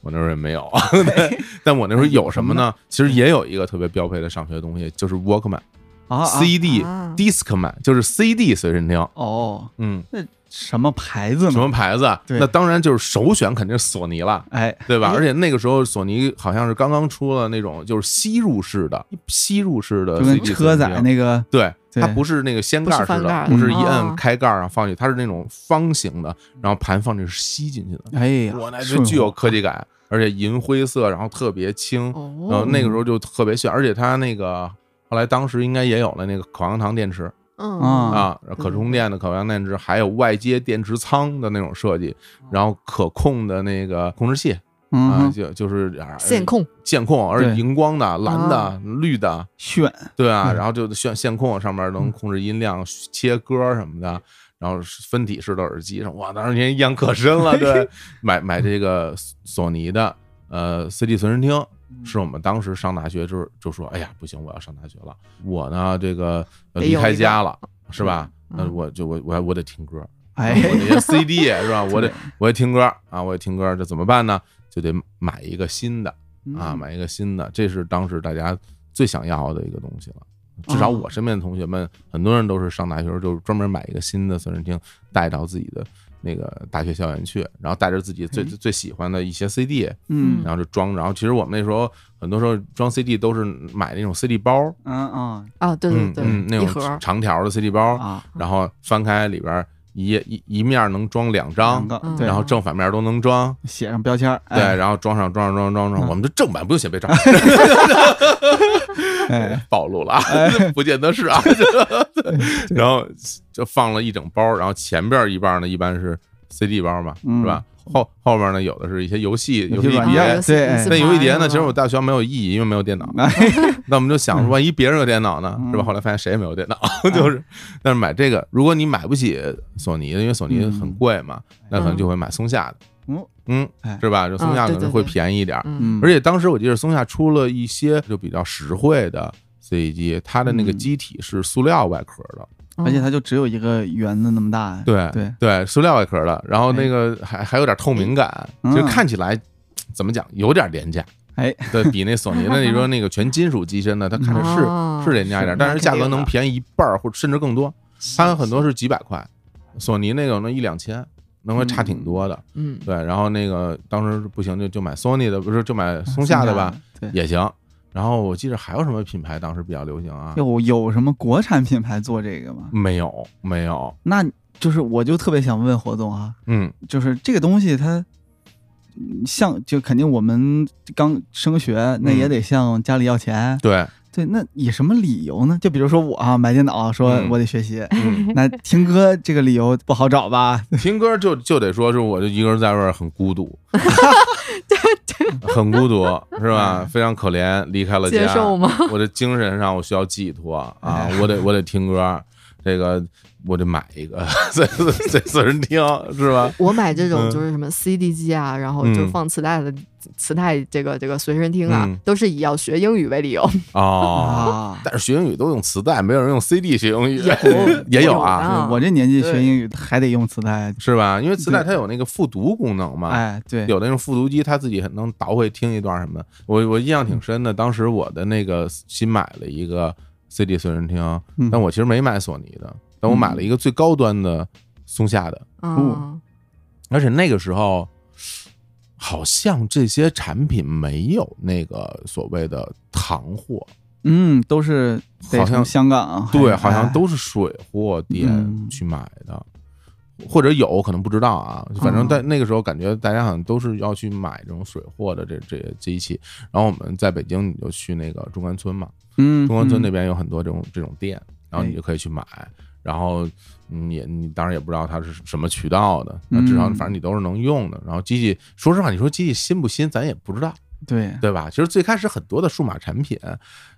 我那时候也 没有，对但我那时候有什么
嗯
呢？其实也有一个特别标配的上学的东西，就是 Walkman，CD、
啊
啊
Discman，就是 CD 随身听。
哦，
嗯，
那什么牌子呢？
什么牌子？
对
那当然就是首选肯定是索尼了。
哎，
对吧？
哎
而且那个时候索尼好像是刚刚出了那种就是吸入式的、吸入式的
就跟
CD
车载
机
那个
对，
对
它不是那个掀盖式
不是翻盖
的，
儿
不是一
嗯
摁
哦
开盖儿啊放进去，它是那种方形的，然后盘放进去是吸进去的。
哎呀，
哇，那就
顺
具有
滑
科技感，而且银灰色，然后特别轻，然后
哦，
那个时候就特别炫，而且它那个后来当时应该也有了那个口香糖电池，
嗯
啊
啊，可充电的可换电池，还有外接电池仓的那种设计，
哦
然后可控的那个控制器啊，
嗯，
就就是啊
线控啊
线控，而且
对
荧光的、蓝的、绿的，
炫
对啊，
嗯
然后就线线控上面能控制音
嗯
量、切歌什么的。然后是分体式的耳机上，哇，当时印象可深 了。对，买买这个索尼的呃 CD 随身听，
嗯
是我们当时上大学就是就说，哎呀，不行，我要上大学了，我呢这个呃
得
离
有
开
一个
家了，是吧？
嗯
那我就我我还我得听歌，
哎
我这些 CD 是吧？ 我得
对
我得听歌啊，我得听歌，这怎么办呢？就得买一个新的啊，
嗯
买一个新的，这是当时大家最想要的一个东西了。至少
哦
我身边的同学们，很多人都是上大学时候就是专门买一个新的随身听，带到自己的那个大学校园去，然后带着自己最最喜欢的一些 CD，
嗯
然后就装。然后其实我们那时候很多时候装 CD 都是买那种 CD 包，
嗯啊
啊，对对
嗯嗯，那
对，一盒
种
儿
长条的 CD 包，
啊
然后翻开里边一页一一面能装两张
两，个
嗯
对，
然后正反面都能装，
写上标签儿，
对，然后装上装上装上装上，
哎嗯
我们就正版不用写背章，
对， 哎，
暴露了啊， 不见得是 啊。然后就放了一整包，然后前边一半呢一般是 CD 包嘛，
嗯
是吧？后后边呢有的是一些游戏
游
游
戏
戏
软
啊
件
碟。
有四
对
有四
那游戏
盘
碟呢？
啊
其实我大学没有意义，因为没有电脑。
哎
那我们就想，万一别人有电脑呢，
嗯哎
是吧？后来发现谁也没有电脑，就是。但是买这个，如果你买不起索尼的，因为索尼很贵嘛，那可能就会买松下的。
嗯
嗯
哎，
是吧？这松下
啊
可
对
能
对
会
对
便宜一点儿。
嗯
嗯，
而且当时我记得松下出了一些就比较实惠的 CD 机，它的那个
嗯
机体是塑料外壳的，
嗯
而且它就只有一个圆的那么大，
对
对，
对，塑料外壳的，然后那个还还有点透明感，
嗯
就看起来怎么讲有点廉价，
哎，
对比那索尼的你说那个全金属机身的，它看着是
哦
是廉价一点，
是
但是
那肯
价格
定的
能便宜一半儿或者甚至更多，它很多是几百块，索尼那个能一两千，能会差挺多的，
嗯
对，然后那个当时不行就就买 Sony 的，不是就买松下的吧，？
对，
也行。然后我记得还有什么品牌当时比较流行啊？
有有什么国产品牌做这个吗？
没有，没有。
那就是我就特别想问活动啊，
嗯
就是这个东西它。嗯像就肯定我们刚升学，那也得向家里要钱。，
对，
对，那以什么理由呢？就比如说我啊，买电脑说
嗯
我得学习，
嗯，
那听歌这个理由不好找吧？
听歌就就得说是我就一个人在外很孤独，很孤独是吧？非常可怜，离开了家，嗯
接受 吗？
我的精神上我需要寄托啊
哎，
我得我得听歌，这个我得买一个， 随随随人听是吧？
我买这种
嗯
就是什么 CD 机啊，然后就
嗯
放磁带的磁带这个这个随身听啊
嗯，
都是以要学英语为理由。
哦，
啊，
但是学英语都用磁带，没有人用 CD 学英语， 也
也
有
有
啊
的
对我这年纪学英语还得用磁带，
是吧？因为磁带
对
它有那个复读功能嘛，
哎，对，
有的那种复读机，它自己能倒回听一段什么的。我我印象挺深的，当时我的那个新买了一个 CD 随身听，
嗯
但我其实没买索尼的，但我买了一个最高端的松下的，
嗯，
而且那个时候好像这些产品没有那个所谓的糖货，
嗯，都是得
好
从
像
香港，
对，
哎
好像都是水货店
嗯
去买的。或者有可能不知道啊，反正
哦
在那个时候感觉大家好像都是要去买这种水货的这这这一期，然后我们在北京你就去那个中关村嘛，
嗯，
中关村那
嗯
边有很多这种这种店，然后你
哎
就可以去买，然后嗯也你当然也不知道它是什么渠道的，那至少
嗯
反正你都是能用的。然后机器，说实话，你说机器新不新，咱也不知道，
对，
对吧？其实最开始很多的数码产品，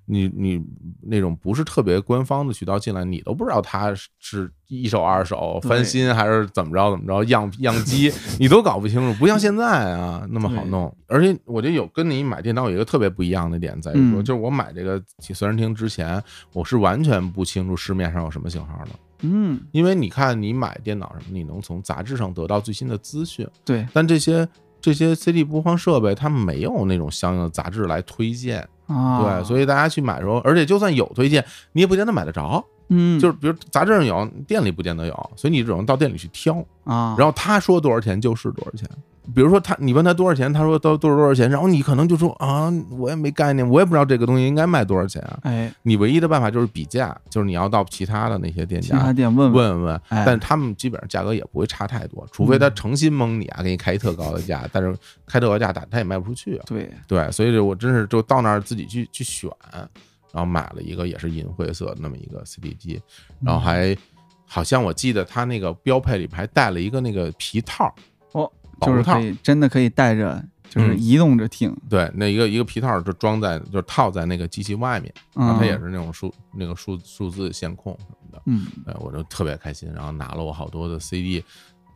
你你那种不是特别官方的渠道进来，你都不知道它是一手二手
对
翻新还是怎么着怎么着样样 机，你都搞不清楚，不像现在啊那么好
对
弄。而且我觉得有跟你买电脑有一个特别不一样的点在于说，
嗯
就是我买这个随身听之前，我是完全不清楚市面上有什么型号的，
嗯，
因为你看你买电脑什么，你能从杂志上得到最新的资讯。
对
但这些这些 CD 播放设备，它没有那种相应的杂志来推荐，
啊，
对，所以大家去买的时候，而且就算有推荐，你也不见得买得着，
嗯，
就是比如杂志上有，店里不见得有，所以你只能到店里去挑，
啊，
然后他说多少钱就是多少钱。比如说他，你问他多少钱，他说都多少多少钱，然后你可能就说啊，我也没概念，我也不知道这个东西应该卖多少钱啊。
哎，
你唯一的办法就是比价，就是你要到其他的那些店
其
家
他店问
哎问问，
哎嗯
但是他们基本上价格也不会差太多，除非他诚心蒙你啊，给你开一特高的价，但是开特高价打他也卖不出去啊。
对，
对，所以我真是就到那儿自己去去选，然后买了一个也是银灰色的那么一个 CD 机，
嗯
然后还好像我记得它那个标配里边还带了一个那个皮套，
哦，
保
就
护
是
套
可，以真的可以带着，就是
嗯
移动着听，
对，那一个一个皮套就装在就套在那个机器外面，然
啊，
后它也是那种数那个数数字线控什么的，
嗯，
对，我就特别开心，然后拿了我好多的 CD，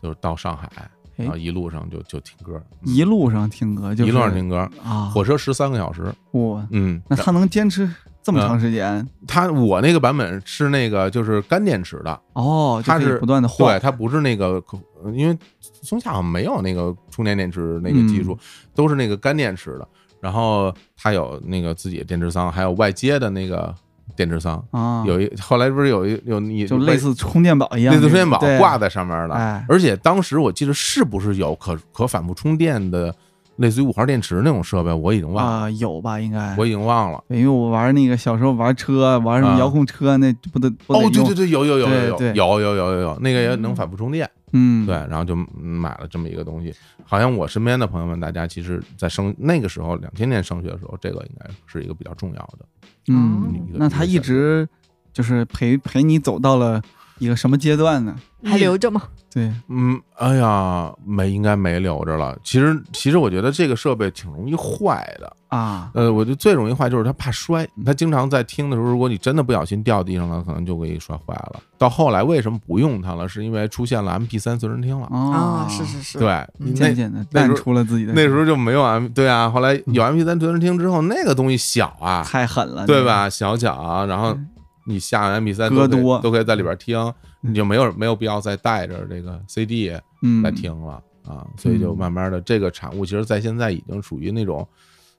就是到上海，然后一路上就就听歌，嗯
哎一路上听歌，就是
一路上听歌，
啊，
火车十三个小时，
哇，
嗯，
那他能坚持这么
嗯
长时间？
它我那个版本是那个就是干电池的，
哦，就
它
可以
是
不断的
对，
换，
它不是那个可，因为松下好像没有那个充电电池那个技术，
嗯
都是那个干电池的，然后它有那个自己的电池仓，还有外接的那个电池仓，
啊，
有一后来不是有一有你
就类似充电宝一样
类
那
似
种，
充电宝
对
挂在上面了
哎，
而且当时我记得是不是有可可反复充电的类似于五号电池那种设备，我已经忘了，
啊、有吧？应该
我已经忘了。
对因为我玩那个小时候玩车，玩什
啊
么遥控车，那不得不得
哦，对
用
对对，有有有有有
对对
有有有有有，那个也能反复充电，
嗯，
哦
对，然后就买了这么一个东西。好像我身边的朋友们，大家其实，在升那个时候，两千年升学的时候，这个应该是一个比较重要的。
嗯，
一个
那他一直就是陪陪你走到了一个什么阶段呢？
还留着吗？
对，
嗯，哎呀，没应该没留着了。其实其实我觉得这个设备挺容易坏的。
啊，
呃，我觉得最容易坏就是它怕摔，
嗯
它经常在听的时候，如果你真的不小心掉地上了，可能就给摔坏了。到后来为什么不用它了？是因为出现了 MP 三随身听了。
哦，
啊是是是，
对，
嗯
那
渐嗯渐的
那时
淡
候
出了自己的
那时候就没有 M，对啊，后来有 MP 三随身听之后，那个东西小啊，
太狠了，
对？吧？小巧啊，然后
嗯
你下完 MP 三
歌
都可以
多嗯
都可以在里边听，你就没有没有必要再带着这个 CD
嗯，
来听了。啊，所以就慢慢的，这个产物其实，在现在已经属于那种，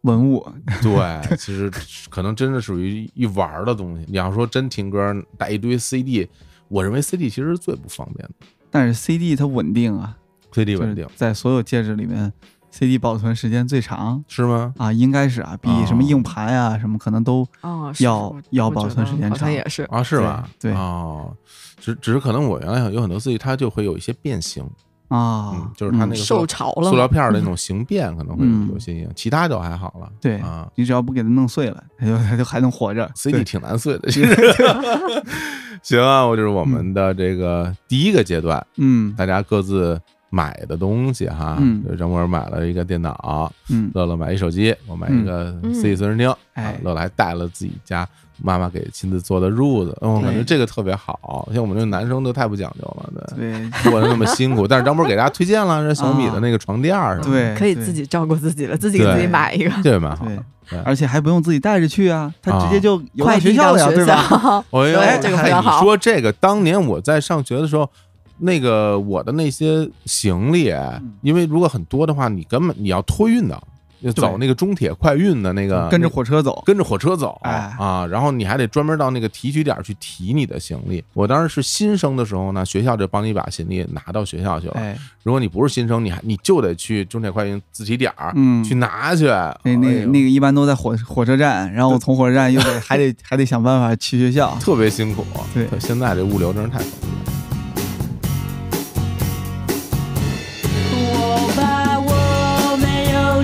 文物，
对，其实可能真的属于一玩儿的东西。你要说真听歌，带一堆 CD，我认为 CD 其实是最不方便的
但是 CD 它稳定啊，
，CD
就是
稳定
在所有介质里面，CD 保存时间最长
是吗？
啊，应该是啊，比什么
哦
硬盘啊什么可能都
哦，是
要
我
要
我觉
保存
得
时间
好像
长
也是，
啊，是吧？
对对
哦，只只是可能我原来有很多 CD，它就会有一些变形，嗯
啊，，
就是它那个
嗯
塑
受潮了
塑料
嘛，
片儿的那种形变可能会有
嗯
有些影响，其他就还好了。
对
啊
你只要不给它弄碎了，它就它就还能活着。
，CD
对
挺难碎 的。其实 行啊，我就是我们的这个第一个阶段，
嗯
大家各自买的东西哈，
嗯
就张博买了一个电脑，
嗯，
乐乐买一手机，我买一个
嗯
CD 随身听，啊
哎，
乐乐还带了自己家妈妈给亲自做的褥子，嗯，我感觉
对
这个特别好，像我们这男生都太不讲究了，对，
对
过得那么辛苦，但是张博给大家推荐了这小米的那个床垫儿什么的，
对，
可以
对
自己照顾自己了，自己给自
对
己买一个，
这也蛮好的
对。
对
而且还不用自己带着去啊，他直
啊
接就邮
快
到
递
学
到
校了呀，
学
对吧？
校
哎呦，
对这个
哎
非常好
你说这个，当年我在上学的时候，那个我的那些行李，因为如果很多的话，你根本你要托运的，就走那个中铁快运的那 个，
嗯跟着火车走，
跟着火车走、
哎
啊，然后你还得专门到那个提取点去提你的行李。我当时是新生的时候呢，学校就帮你把行李拿到学校去了。
哎，
如果你不是新生，你还你就得去中铁快运自提点儿、
嗯，
去拿去。
那
哎
那
呦
那个一般都在火火车站，然后从火车站又得还得还得想办法去 学校。
特别辛苦。
对
现在这物流真是太方便了。
我怕我没有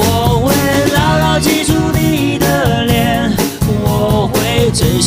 我会牢牢记住你的脸，我会珍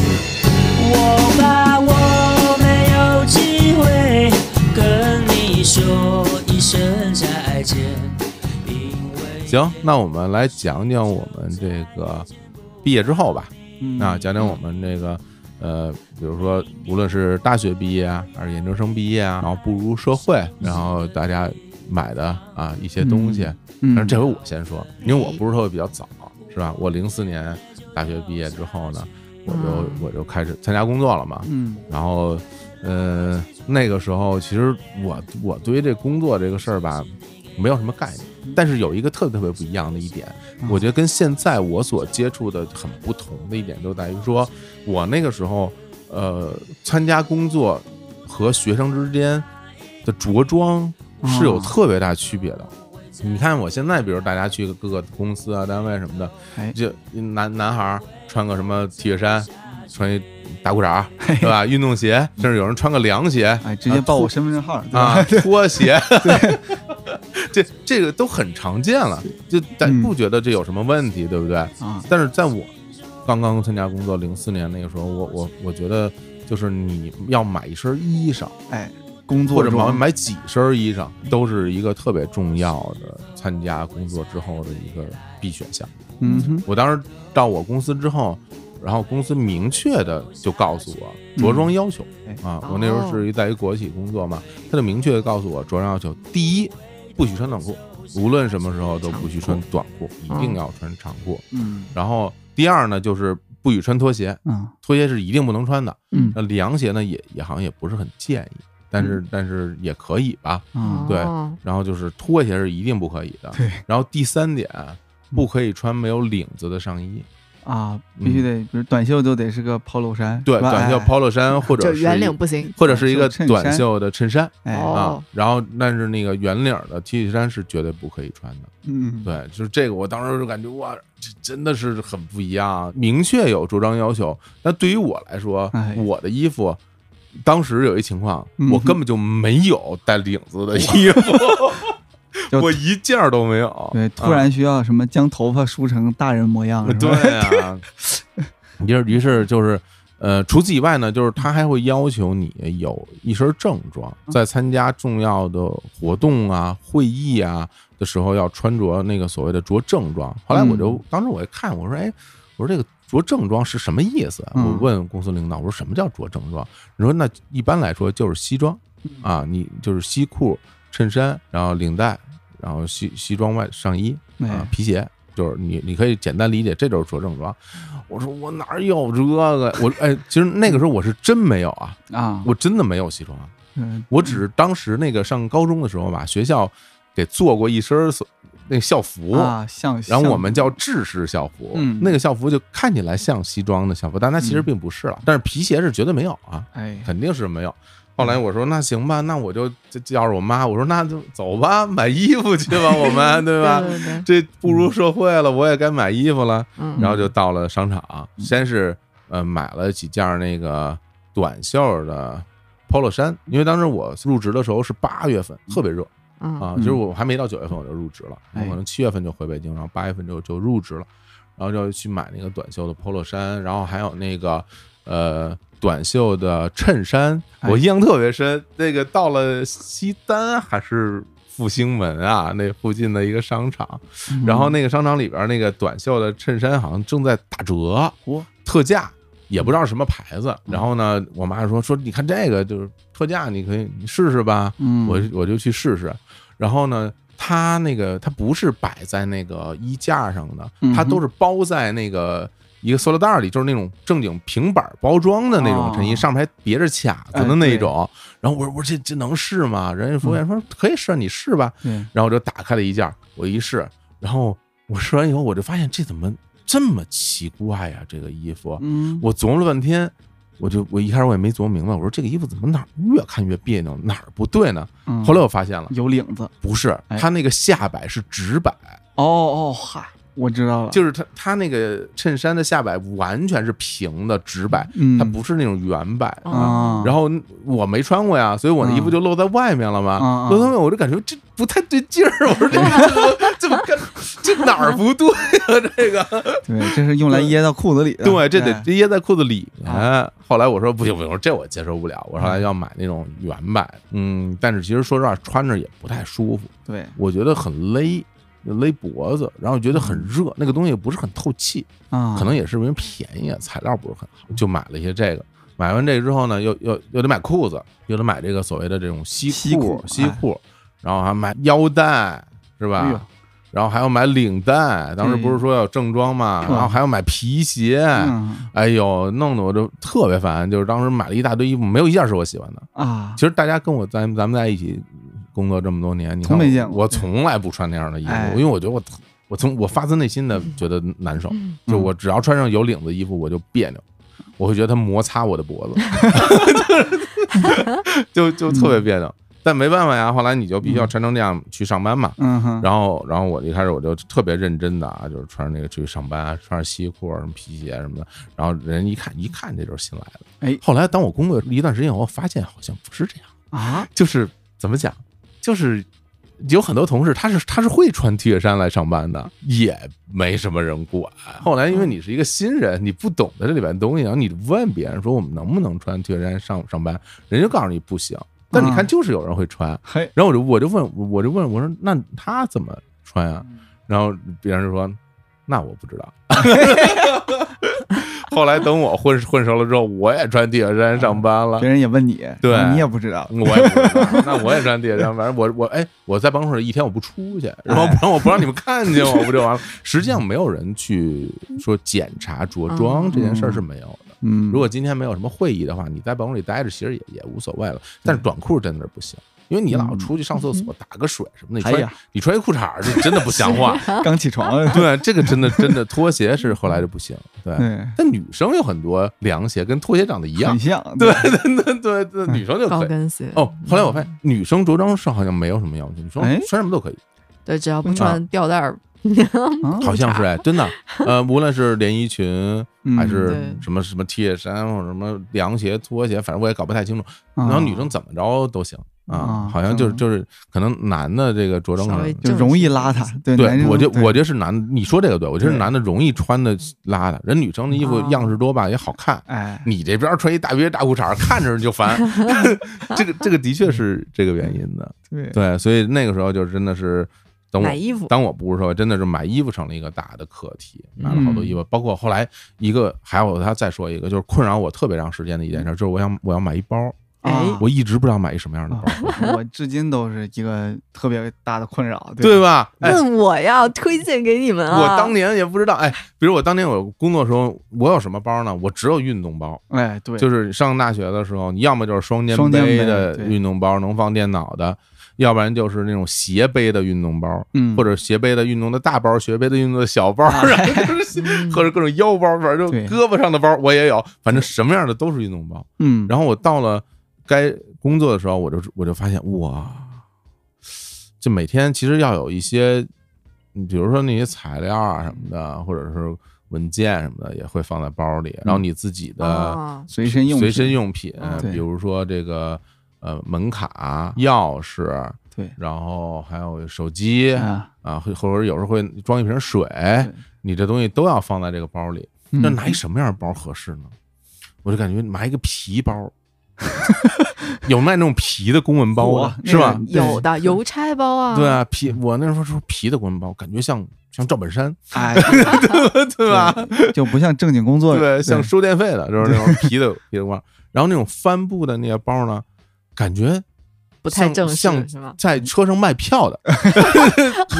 我怕我没有机会跟你说一声再见，因为
行，那我们来讲讲我们这个毕业之后吧，
嗯
啊，讲讲我们这个呃，比如说无论是大学毕业啊，还是研究生毕业啊，然后步入社会，然后大家买的啊一些东西。但是
嗯嗯，
这回我先说，因为我步入社会比较早，是吧？我零四年大学毕业之后呢，我就
嗯
我就开始参加工作了嘛，
嗯
然后，呃，那个时候其实我我对于这工作这个事儿吧，没有什么概念。但是有一个特别特别不一样的一点，我觉得跟现在我所接触的很不同的一点，就在于说我那个时候，呃，参加工作和学生之间的着装是有
哦
特别大区别的。你看我现在，比如大家去各个公司啊、单位什么的，
哎
就男男孩儿穿个什么 T 恤衫，穿一大裤衩儿，对 吧？运动鞋，甚至有人穿个凉鞋，
哎，直接报
啊
我身份证号儿，对吧？
啊，拖鞋， 这这个都很常见了，就咱
嗯
不觉得这有什么问题，对不对？
啊，
但是在我刚刚参加工作零四年那个时候，我我我觉得就是你要买一身衣裳，
哎，工作
或者买
中
买几身衣裳，都是一个特别重要的参加工作之后的一个必选项。
嗯哼，
我当时到我公司之后，然后公司明确的就告诉我着装要求、
嗯
啊
哎，
我那时候
哦
是一在一国企工作嘛，他就明确的告诉我着装要求，第一不许穿短裤，无论什么时候都不许穿短裤，一定要穿长裤。
嗯
然后第二呢，就是不许穿拖鞋，
啊
拖鞋是一定不能穿的。
嗯
那凉鞋呢，也也好像也不是很建议，但是、但是也可以吧。
啊，
对
哦
然后就是拖鞋是一定不可以的。
对
然后第三点，啊不可以穿没有领子的上衣。
啊，必须得，比如短袖就得是个 polo 衫，
嗯对，
是吧
短袖
哎
polo 衫或者
就是圆
一
领不行。
或者是一个
短袖衬
短
衫
袖的衬衫
哎，
哦
啊，然后但是那个圆领的 T 恤衫是绝对不可以穿的。
嗯，
对，就是这个，我当时就感觉哇，这真的是很不一样啊，明确有着装要求。那对于我来说，
哎
我的衣服。当时有一情况，
嗯哼
我根本就没有带领子的衣服，
就
我一件儿都没有。
对，
啊
突然需要什么将头发梳成大人模样，是吧
对啊，就是于是就是。呃，除此以外呢，就是他还会要求你有一身正装，
嗯
在参加重要的活动啊、会议啊的时候，要穿着那个所谓的着正装。后来我就、
嗯
当时我一看，我说，哎，我说这个着正装是什么意思？啊
嗯
我问公司领导，我说什么叫着正装？你说那一般来说就是西装
嗯
啊，你就是西裤、衬衫，然后领带，然后西西装外上衣，啊
哎，，
皮鞋，就是你你可以简单理解，这就是着正装。我说我哪儿有这个？ 我哎，其实那个时候我是真没有啊，
啊，
我真的没有西装啊，
嗯
我只是当时那个上高中的时候吧，学校给做过一身儿所那校服。
啊，像，
然后
像
我们叫制式校服，
嗯
那个校服就看起来像西装的校服，但它其实
嗯
并不是了。但是皮鞋是绝对没有啊，
哎，
肯定是没有。后来我说那行吧，那我就就叫着我妈，我说那就走吧，买衣服去吧，我 们对吧？
对对对，
这步入社会了，我也该买衣服了。
嗯
然后就到了商场，先是呃买了几件那个短袖的 polo 衫，因为当时我入职的时候是八月份，特别热
嗯
啊，
嗯
就是我还没到九月份我就入职了，我
哎
可能七月份就回北京，然后八月份就就入职了，然后就去买那个短袖的 polo 衫，然后还有那个呃。短袖的衬衫，
哎
我印象特别深。那个到了西单还是复兴门啊，那附近的一个商场，
嗯
然后那个商场里边那个短袖的衬衫好像正在打折，
嚯
特价，也不知道什么牌子。
嗯
然后呢，我妈说说你看这个就是特价，你可以你试试吧。
嗯，
我我就去试试。然后呢，它那个它不是摆在那个衣架上的，
嗯哼
它都是包在那个。一个塑料袋里，就是那种正经平板包装的那种
哦
衬衣，上面还别着卡子的
哎
那
对嗯
种。然后我说：“我说这这能试吗？”人家服务员说：“可以试，你试吧。”
对，
然后我就打开了一件儿，我一试，然后我试完以后，我就发现这怎么这么奇怪呀、这个衣服，
嗯，
我琢磨了半天，我就我一开始我也没琢磨明白，我说这个衣服怎么哪儿越看越别扭，哪儿不对呢？
嗯
后来我发现了，
有领子，
不是
哎
它那个下摆是直摆，
哦哦，嗨，我知道了，
就是它它那个衬衫的下摆完全是平的直摆，
嗯
它不是那种圆摆。
哦
啊，
然后我没穿过呀，所以我那衣服就露在外面了嘛
嗯。嗯
露在外面，我就感觉这不太对劲儿。我说这个这么这么这哪儿不对呀、这个
对，这是用来掖到裤子里 的，
对，这得
哎
掖在裤子里面
啊。嗯
后来我说不行不行，我说这我接受不了。我后来要买那种原版，嗯，但是其实说实话，穿着也不太舒服，
对，
我觉得很勒。勒脖子，然后觉得很热，那个东西不是很透气，
嗯啊，
可能也是因为便宜，啊，材料不是很好，就买了一些这个。买完这个之后呢，又又又得买裤子，又得买这个所谓的这种西
西
裤
裤、哎
西裤，然后还买腰带，是吧？
哎呦
然后还要买领带，当时不是说要正装嘛，
嗯
然后还要买皮鞋，
嗯
哎呦，弄得我就特别烦。就是当时买了一大堆衣服，没有一件是我喜欢的。
啊
其，实大家跟我咱咱们在一起工作这么多年，你看
从
我
没见过
我从来不穿那样的衣服，
哎
因为我觉得我我从我发自内心的觉得难受，就我只要穿上有领子的衣服我就别扭，我会觉得它摩擦我的脖
嗯
子，就就特别别扭。但没办法呀，后来你就必须要穿成这样去上班嘛。
嗯哼，
然后，然后我一开始我就特别认真的啊，就是穿着那个去上班啊，穿着西裤啊、什么皮鞋什么的。然后人一看，一看这就是新来的。
哎
后来当我工作一段时间以后，发现好像不是这样。
啊，
就是怎么讲，就是有很多同事他是他是会穿 T 恤衫来上班的，也没什么人管。后来因为你是一个新人，你不懂得这里边东西，然后你问别人说我们能不能穿 T 恤衫上上班，人家就告诉你不行。但你看，
啊
就是有人会穿，
嘿，
然后我就我就问我就问我说那他怎么穿啊？然后别人就说那我不知道。后来等我混混熟了之后，我也穿 T 恤衫上班了
别。人也问你，
对
然后你也不知道，
我也不知道，那我也穿 T 恤衫，反正我我哎，我在办公室一天我不出去，然后不然我不让你们看见我，不就完了？实际上没有人去说检查着装这件事儿是没有的。
嗯，
如果今天没有什么会议的话，你在办公里待着其实也也无所谓了，但是短裤真的是不行。因为你老出去上厕所、打个水什么的，你
哎
穿
呀
你穿一裤衩儿，就真的不像话。
刚起床，
对，这个真的真的拖鞋是后来就不行。对，
对，
但女生有很多凉鞋跟拖鞋长得一样
很，像，
对对对对对，女生就可
高
以。
跟鞋。
哦，后来我发现女生着装上好像没有什么要求，女生
哎
穿什么都可以，
对，只要不穿吊带儿，
啊
好像是哎，真的， 呃，无论是连衣裙
嗯
还是
对
什么什么 T 恤衫或者什么凉鞋、拖鞋，反正我也搞不太清楚。然后女生怎么着都行啊，
啊
好像就是
嗯
就是可能男的这个着装可
稍
能
微
就容易邋遢，对男
对，
生
我觉
对
我觉得是男的，你说这个对，我觉得是
对啊
男的容易穿的邋遢，人女生的衣服
哦
样式多吧，也好看。
哎，
你这边穿一大约大裤衩儿，看着就 烦。 这个这个的确是这个原因的，
对，
对，所以那个时候就真的是等我
买衣服
当我不是说真的是买衣服成了一个大的课题，
嗯
买了好多衣服，包括后来一个还有他再说一个就是困扰我特别长时间的一件
嗯
事，就是我想我要买一包，
哎
啊
我一直不知道买一什么样的包，
啊我至今都是一个特别大的困扰，
对
吧？
吧？哎，
问我呀，推荐给你们
嗯
啊。
我当年也不知道，哎，比如我当年我工作的时候，我有什么包呢？我只有运动包，
哎，对，
就是上大学的时候，你要么就是双肩
双肩背
的
对
运动包，能放电脑的。要不然就是那种斜背的运动包，
嗯
或者斜背的运动的大包，斜背的运动的小包，然后就是或者各种腰包，反正就
对
胳膊上的包我也有，反正什么样的都是运动包。
嗯，
然后我到了该工作的时候，我就我就发现哇，就每天其实要有一些，嗯比如说那些材料啊什么的，或者是文件什么的，也会放在包里。然后你自己的
啊，
随身用，
随身，用品，
嗯
对
比如说这个呃门卡、钥匙，
对
然后还有手机
啊，
啊，或或者有时候会装一瓶水，你这东西都要放在这个包里。那
嗯
拿一什么样的包合适呢？我就感觉拿一个皮 包，有卖那种皮的公文包的
哇，
是吧？
那个
有的邮差包啊，
对啊，皮我那时候说皮的公文包，感觉像像赵本山，
哎，
对吧？
就不像正经工作，
对，像收电费的，就是那种皮的皮的公文包。然后那种帆布的那个包呢，感觉
不太
像
正式
像
是吗
嗯
在车上卖票的，
啊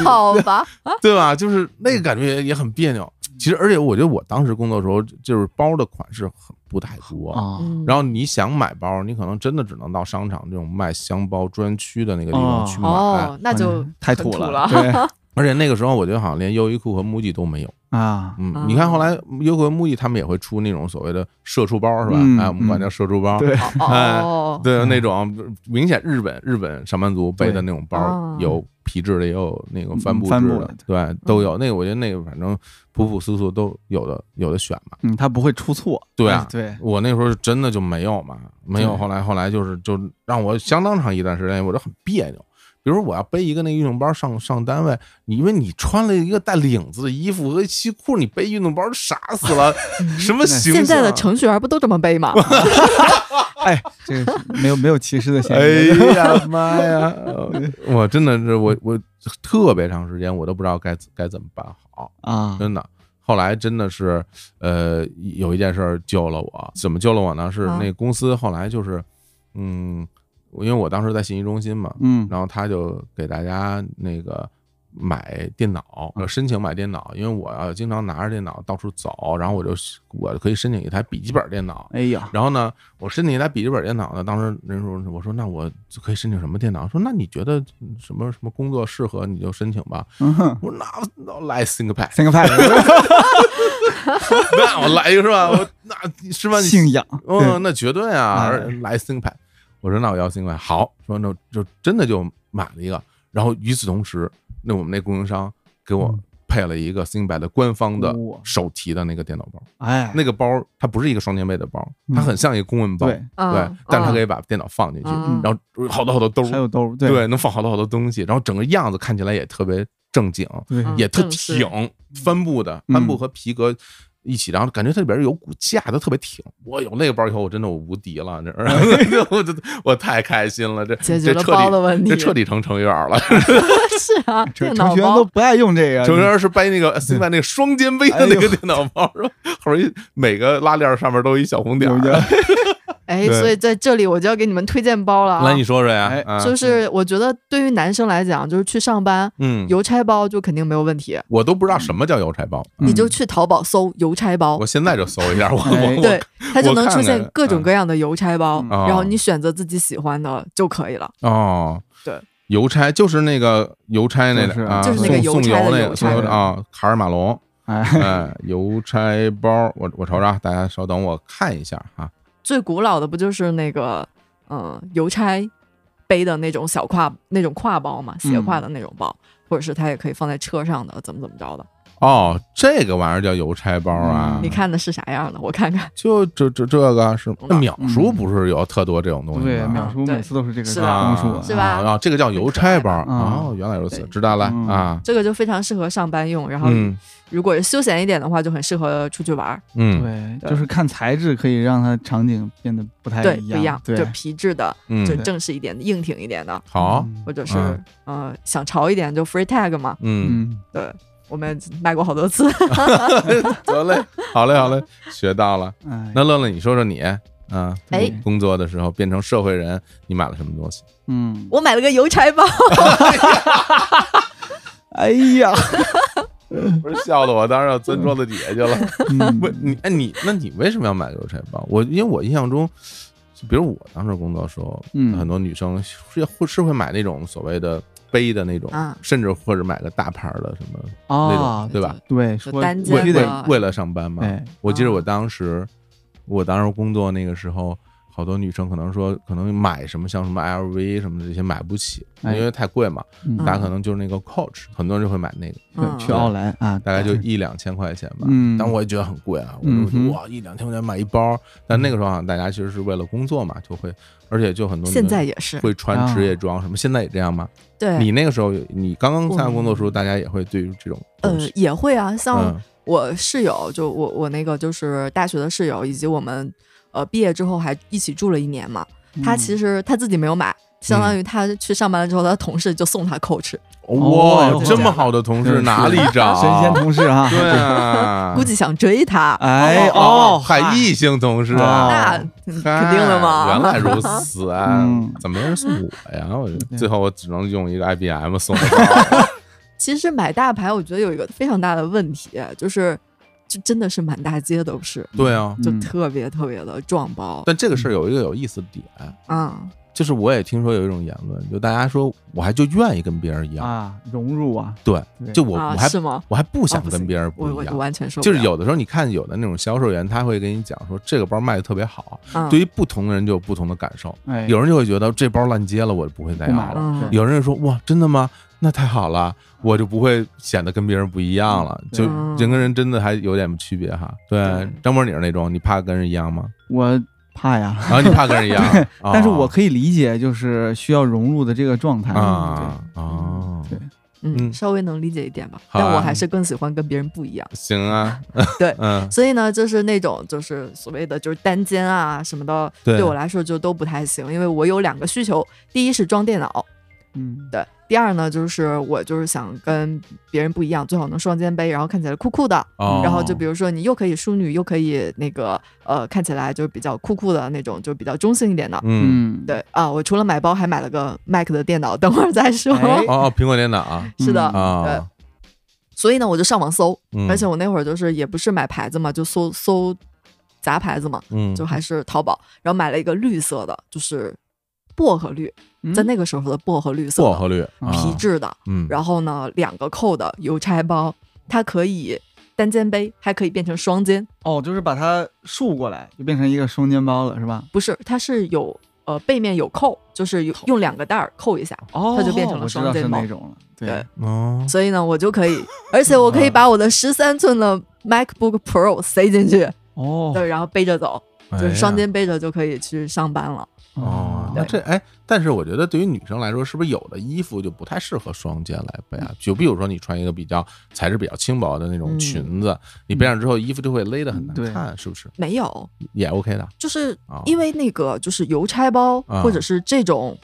好 吧，
对吧？就是那个感觉也也很别扭。其实，而且我觉得我当时工作的时候，就是包的款式很不太多
啊，
嗯
然后你想买包，你可能真的只能到商场这种卖箱包专区的那个地方
哦
去买。哎
哦，那就
嗯太
很土哦
了， 对
而且那个时候我觉得好像连优衣库和 MUJI 都没有。
啊，
嗯，
啊
你看后来优衣库和 MUJI 他们也会出那种所谓的社畜包是吧？
嗯
哎，我们管
嗯
叫社畜包。
对，
哦，
哎对，那种明显日本日本上班族背的
对
那种包
哦，
有皮质的，也有那个帆
嗯
布
帆
制
布
的，对，都有。那个我觉得那个反正普朴素素都有的有的选嘛。
嗯，他不会出错，
对啊
哎对，
我那时候是真的就没有嘛，没有。
对
后来后来就是就让我相当长一段时间，我就很别扭。比如说我要背一个那个运动包上上单位，你因为你穿了一个带领子的衣服和西裤，你背运动包傻死 了，什么形象？啊
现在的程序员不都这么 背吗？
哎，这个是没有没有歧视的嫌
哎
疑，
呀妈呀！ 我真的是我我特别长时间我都不知道该该怎么办好。
啊，
真的。后来真的是，呃，有一件事儿救了我。怎么救了我呢？是
啊
那公司后来就是，嗯，因为我当时在信息中心嘛，
嗯，
然后他就给大家那个买电脑，呃申请买电脑，因为我要经常拿着电脑到处走，然后我就我可以申请一台笔记本电脑。
哎呀，
然后呢，我申请一台笔记本电脑呢，当时那时候我说，那我可以申请什么电脑？说那你觉得什么什么工作适合你就申请吧。
嗯哼，
我说那那我来 ThinkPad。
三个派
那我来一个是 吧？我 那是吧？你
信仰，
哦，那绝对啊！
哎
而来 ThinkPad，我说那我要 ThinkPad，好，说那就真的就买了一个。然后与此同时，那我们那供应商给我
嗯
配了一个 ThinkPad 的官方的
哇
手提的那个电脑包。
哎，
那个包它不是一个双肩背的包，它
嗯
很像一个公文包，
对，
对
嗯，
但是它可
嗯
以把电脑放进去，
嗯
然后好多好多兜儿，
还有兜儿，对
对，能放好多好多东西，然后整个样子看起来也特别正经，
对
嗯
也特
正式
挺，帆布的，
嗯
帆布和皮革。一起，然后感觉它里边有骨架，它特别挺。我有那个包以后，我真的我无敌了，这 我这我太开心了，这
解
这
决了哎
彻
包的
底
问题，
这彻底成程序员了。
是 啊，
程
电
程
脑
序员都
包
不爱用这个，
程序员是背那个
嗯
现在那个双肩背
哎
的那个电脑包，是吧？后边一每个拉链上面都有一小红点儿
有。一 个
哎，
对
所以在这里我就要给你们推荐包了
来，
啊
你。说说呀
哎？
啊
就是我觉得对于男生来讲，就是去上班，
嗯，
邮差包就肯定没有问题，
我都不知道什么叫邮差包，
嗯
你就去淘宝搜邮差包
我，现在就搜一下，我
哎
我我
对，它就
我
能
看
出
看
现各种
嗯
各样的邮差包，
嗯
然后
哦
你选择自己喜欢的就可以了。
哦，
对，
邮差就是那个邮差那
就是
个，啊
就是那个
送送
邮差的
邮那
邮
个
差
送邮的啊，卡尔马龙，
哎，
哎，邮差包，我我瞅瞅啊，大家稍等我看一下啊，
最古老的不就是那个嗯邮差背的那种小挎那种挎包嘛，
嗯
斜挎的那种包，或者是它也可以放在车上的，怎么怎么着的？
哦，这个玩意儿叫邮差包啊
嗯
你，看的是啥样的？我看看，
就这这这个是那
嗯
秒叔不是有特多这种东西
对，
吗
秒？叔
对
每次都是这个
是
啊
描述，
是吧
啊，这个叫邮差包
很可爱吧
哦，原来如此，
对
知道了
嗯
啊，
这个就非常适合上班用，然后
嗯
如果休闲一点的话，就很适合出去玩儿。
嗯
对，
对
就是看材质可以让它场景变得不太
对，
一
不一样，
对
就，皮质的，就
哎嗯，
对
正式一点的，硬挺一点的，
好，
嗯
或者是
嗯
呃想潮一点就 free tag 嘛。
嗯，
嗯，
对，我们卖过好多次。
得嘞，好嘞，好嘞，学到了。
哎，
那乐乐，你说说你啊，
对
哎，
工作的时候变成社会人，你买了什么东西？
嗯，
我买了个邮差包，
哎 呀，
嗯
不是笑的我，当时要钻桌子底下去 了。
嗯
不，你哎你，那你为什么要买邮差包？我因为我印象中，就比如我当时工作的时候，
嗯
很多女生是会是会买那种所谓的背的那种，
啊
甚至或者买个大牌儿的什么那种，
啊，
对吧？
对，
就
说
单
必
肩
须
为
得
的
为为了上班嘛。
哎，
我记得
嗯啊
我当时，我当时工作那个时候，好多女生可能说，可能买什么像什么 LV 什么的这些买不起，因
哎
为太贵嘛。
嗯
大家可能就是那个 Coach，很多人就会买那个，
嗯
对，去奥莱啊，
大概就一两千块钱吧。
嗯
但我也觉得很贵啊，我
嗯
就觉
哼
得哇，一两千块钱买一包。但那个时候好啊像大家其实是为了工作嘛，就会，而且就很多
现在
也
也是，
会穿
啊
职业装什么，现在也这样吗？
对，
你那个时候，你刚刚参加工作的时候，大家也会对于这种
呃
东西，
也会啊，像
嗯
我室友，就我我那个就是大学的室友，以及我们呃毕业之后还一起住了一年嘛，他其
嗯
实
实他自己没有买。相当于他去上班了之后，他的同事就送他 Coach，、
哇，
哦
有这么好的同
对
事
是
哪里找？
神仙同事啊，
对 啊，
估计想追他，
哎
哦，
嗨
还异性同事啊
哦，
那嗯肯定的嘛。
哎嗨原来如此啊
嗯，
怎么没人送我呀？我
对
最后我只能用一个 IBM 送我。
其实买大牌，我觉得有一个非常大的问题，就是这真的是满大街都是，
对啊，
就
嗯
特别特别的撞包
但这个事儿有一个有意思的点，
啊、
就是我也听说有一种言论，就大家说我还就愿意跟别人一样，
啊，融入啊，
对，
对
就我
啊
我还
是吗？
我还不想
哦不行
跟别人不
我我
一
我
样。
完全受不
就是
了
有的时候，你看有的那种销售员，他会跟你讲说这个包卖的特别好，
嗯
对于不同的人就有不同的感受。
哎，
有人就会觉得这包烂街了，我就不会再
不
要
买
了。
了，
嗯
有人就啊说哇，真的吗？那太好了，我就不会显得跟别人不一样了。就
嗯
人跟人真的还有点区别哈。对
对，
张波你是那种，你怕跟人一样吗？
我怕呀，，
啊，你怕跟人一样
但是
哦
我可以理解，就是需要融入的这个状态
啊
对
哦，
对
嗯
嗯，稍微能理解一点吧，
好啊
但我还是更喜欢跟别人不一样。
行啊，
对
嗯，
所以呢，就是那种就是所谓的就是单肩啊什么的，
对
对我来说就都不太行，因为我有两个需求，第一是装电脑，
嗯，
对，第二呢就是我就是想跟别人不一样，最好能双肩背，然后看起来酷酷的。
哦
嗯然后就比如说你又可以淑女，又可以那个呃看起来就是比较酷酷的那种，就比较中性一点的。
嗯，
嗯，
对啊，我除了买包还买了个 Mac 的电脑，等会儿再说。
哎
哦，哦苹果电脑 啊，
是
嗯
的，
啊
所以呢我就上网搜，
嗯
而且我那会儿就是也不是买牌子嘛，就搜搜杂牌子嘛，
嗯，
就还是淘宝，然后买了一个绿色的，就是薄荷绿，
嗯
在那个时候的薄荷绿色
薄
的
荷绿
啊
皮，质的，
啊嗯，
然后呢两个扣的邮差包，它可以单肩背，还可以变成双肩，
哦，就是把它竖过来，就变成一个双肩包了，是吧？
不是，它是有呃背面有扣，就是有用两个带儿扣一下，
哦，
它就变成了双
我知道
肩
是
包
那种了，
对
对，
哦，
所以呢，我就可 以，而且我可以
嗯
把我的十三寸的 MacBook Pro 塞进去，
哦，
对，然后背着走，就
哎
是
呀
双肩背着就可以去上班了。
哦，那
嗯对
这哎，但是我觉得对于女生来说，是不是有的衣服就不太适合双肩来背啊？就比如说你穿一个比较材质比较轻薄的那种
嗯
裙子，你背上之后衣服就会勒得很难
对
看，是不是？
没有，
也 OK 的
就是
哦
因为那个就是邮差包、
啊
或者是这种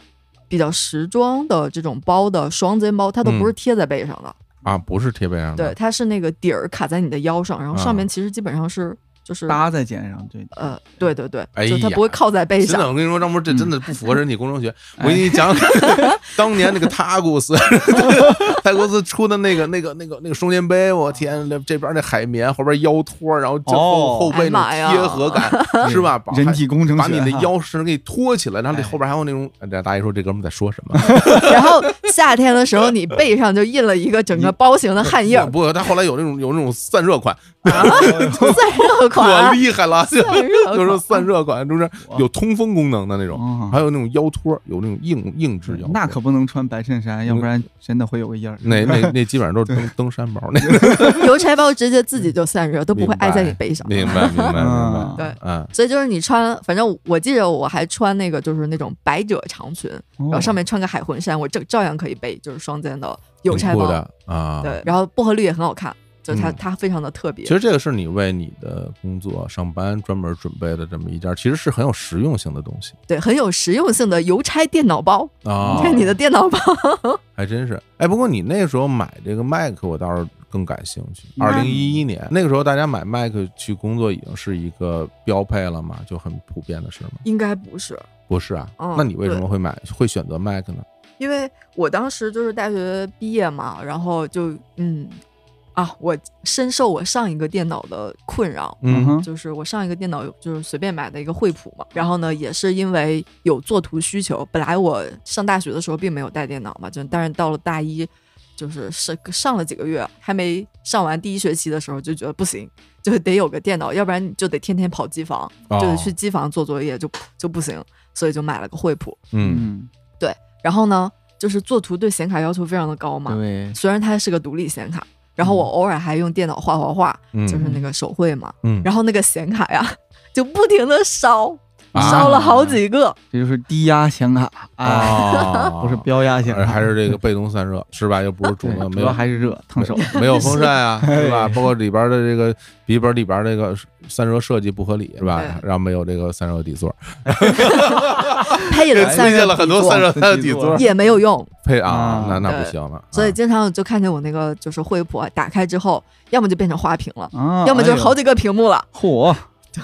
比较时装的这种包的双肩包，它都不是贴在背上的，
啊，不是贴背上
对，
的。
它是那个底儿卡在你的腰上，然后
嗯
上面其实基本上是就是、
搭在肩上，对，
呃，对对对，
哎呀
就它不会靠在背
真的，
上。
我跟你说，张博，这真的不符合人体工程学。
嗯
我给你 讲讲当年那个塔古 斯，塔古斯出的那个、那个、那个、那个双肩背，我天，这边那海绵，后边腰托，然后这后
哦
后背那
哎妈呀
种贴合 感，是吧？把
人体工程学
把你的
哈
腰绳给你托起来，然后这
哎
后边还有那种，哎大爷说这哥们在说什 么？
然后夏天的时候，你背上就印了一个整个包型的汗 印儿，
不，他后来有那种有那种散热款，
散热
可
款，啊
厉害了，就
散热款
就是散热款，就是有通风功能的那种，
哦
还有那种腰托，有那种硬硬质腰托，
嗯那可不能穿白衬衫，要不然真的会有个印儿。
嗯 那那那基本上都是登登山包那个，
邮差包直接自己就散热，都不会挨在你背上。
明白明白明白，
啊
对
嗯，
所以就是你穿，反正我记着我还穿那个就是那种百褶长裙，然
哦
哦
后上面穿个海魂衫，我照照样可以背，就是双肩的邮差
挺酷
包。
的啊，
对，。然后薄荷绿也很好看，就是它、
嗯
它非常的特别
其。实这个是你为你的工作上班专门准备的这么一件，其实是很有实用性的东西
对，很有实用性的邮差电脑包。
啊。
你看你的电脑包，
还真是。哎，不过你那时候买这个 Mac，我倒是更感兴趣。
嗯
二零一一年那个时候，大家买 Mac 去工作已经是一个标配了嘛，就很普遍的事吗？
应该不是，
不是啊，
嗯
那你为什么会买会选择 Mac 呢？
因为我当时就是大学毕业嘛，然后就嗯啊，我深受我上一个电脑的困扰，
嗯哼，
就是我上一个电脑就是随便买的一个惠普嘛，然后呢，也是因为有作图需求。本来我上大学的时候并没有带电脑嘛，就但是到了大一，就是是上了几个月，还没上完第一学期的时候，就觉得不行，就得有个电脑，要不然你就得天天跑机房，
哦
就得去机房做作业，就就不行，所以就买了个惠普。
嗯，
嗯，
然后呢，就是作图对显卡要求非常的高嘛，
对，
虽然它是个独立显卡，然后我偶尔还用电脑画画画，
嗯
就是那个手绘嘛。
嗯，
然后那个显卡呀， 就不停的烧，
啊
烧了好几个。
这就是低压显卡
哦
啊，
啊，
不是标 压显
还
卡，
还是这个被动散热是吧？又不是主
对
动，没
主
有
要还是热烫手。
没有风扇 啊，
是
是吧？
哎
包括里边的这个笔记本里边这个散热设计不合理，是吧
对？
然后没有这个散热底座，哎
配了
推
散
荐
热
了很多
底座
散热
底座
底座
也没有用，
配啊
啊，
那那不
对
行了。
所以
啊
经常就看见我那个就是惠普啊，打开之后，要么就变成花屏了，
嗯
啊，
要么就是好
哎
几个屏幕了，
呦 嚯，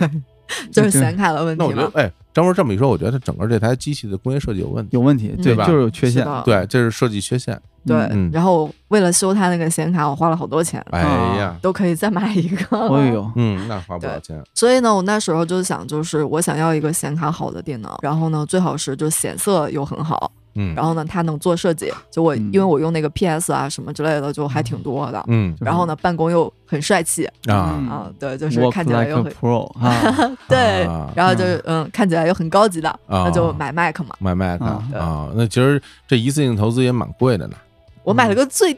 这
对
是显卡的问
那
题
我觉得
嘛。，
哎，张博这么一说，我觉得这整个这台机器的工业设计有问题。
有问题，
对
对，
吧
就是有缺陷
嗯是。的
对，这是设计缺陷。
对
嗯，
然后为了修它那个显卡，我花了好多钱，
嗯
哎呀，
都可以再买一个。
哎呦，
嗯，那花不少钱。
所以呢，我那时候就想，就是我想要一个显卡好的电脑，然后呢，最好是就显色又很好，
嗯，
然后呢，它能做设计。就我、
嗯
因为我用那个 PS 啊什么之类的，就还挺多的。
嗯
就是
然后呢，办公又很帅气
啊
嗯
啊，对，就是
，Work
看起来
like
又
a
很
pro 啊
对
啊，哦
然后就是嗯，看起来又很高级的，那就买嗯 Mac 嘛。
买 Mac
啊
对
啊，那其实这一次性投资也蛮贵的呢，
我买
嗯
了个最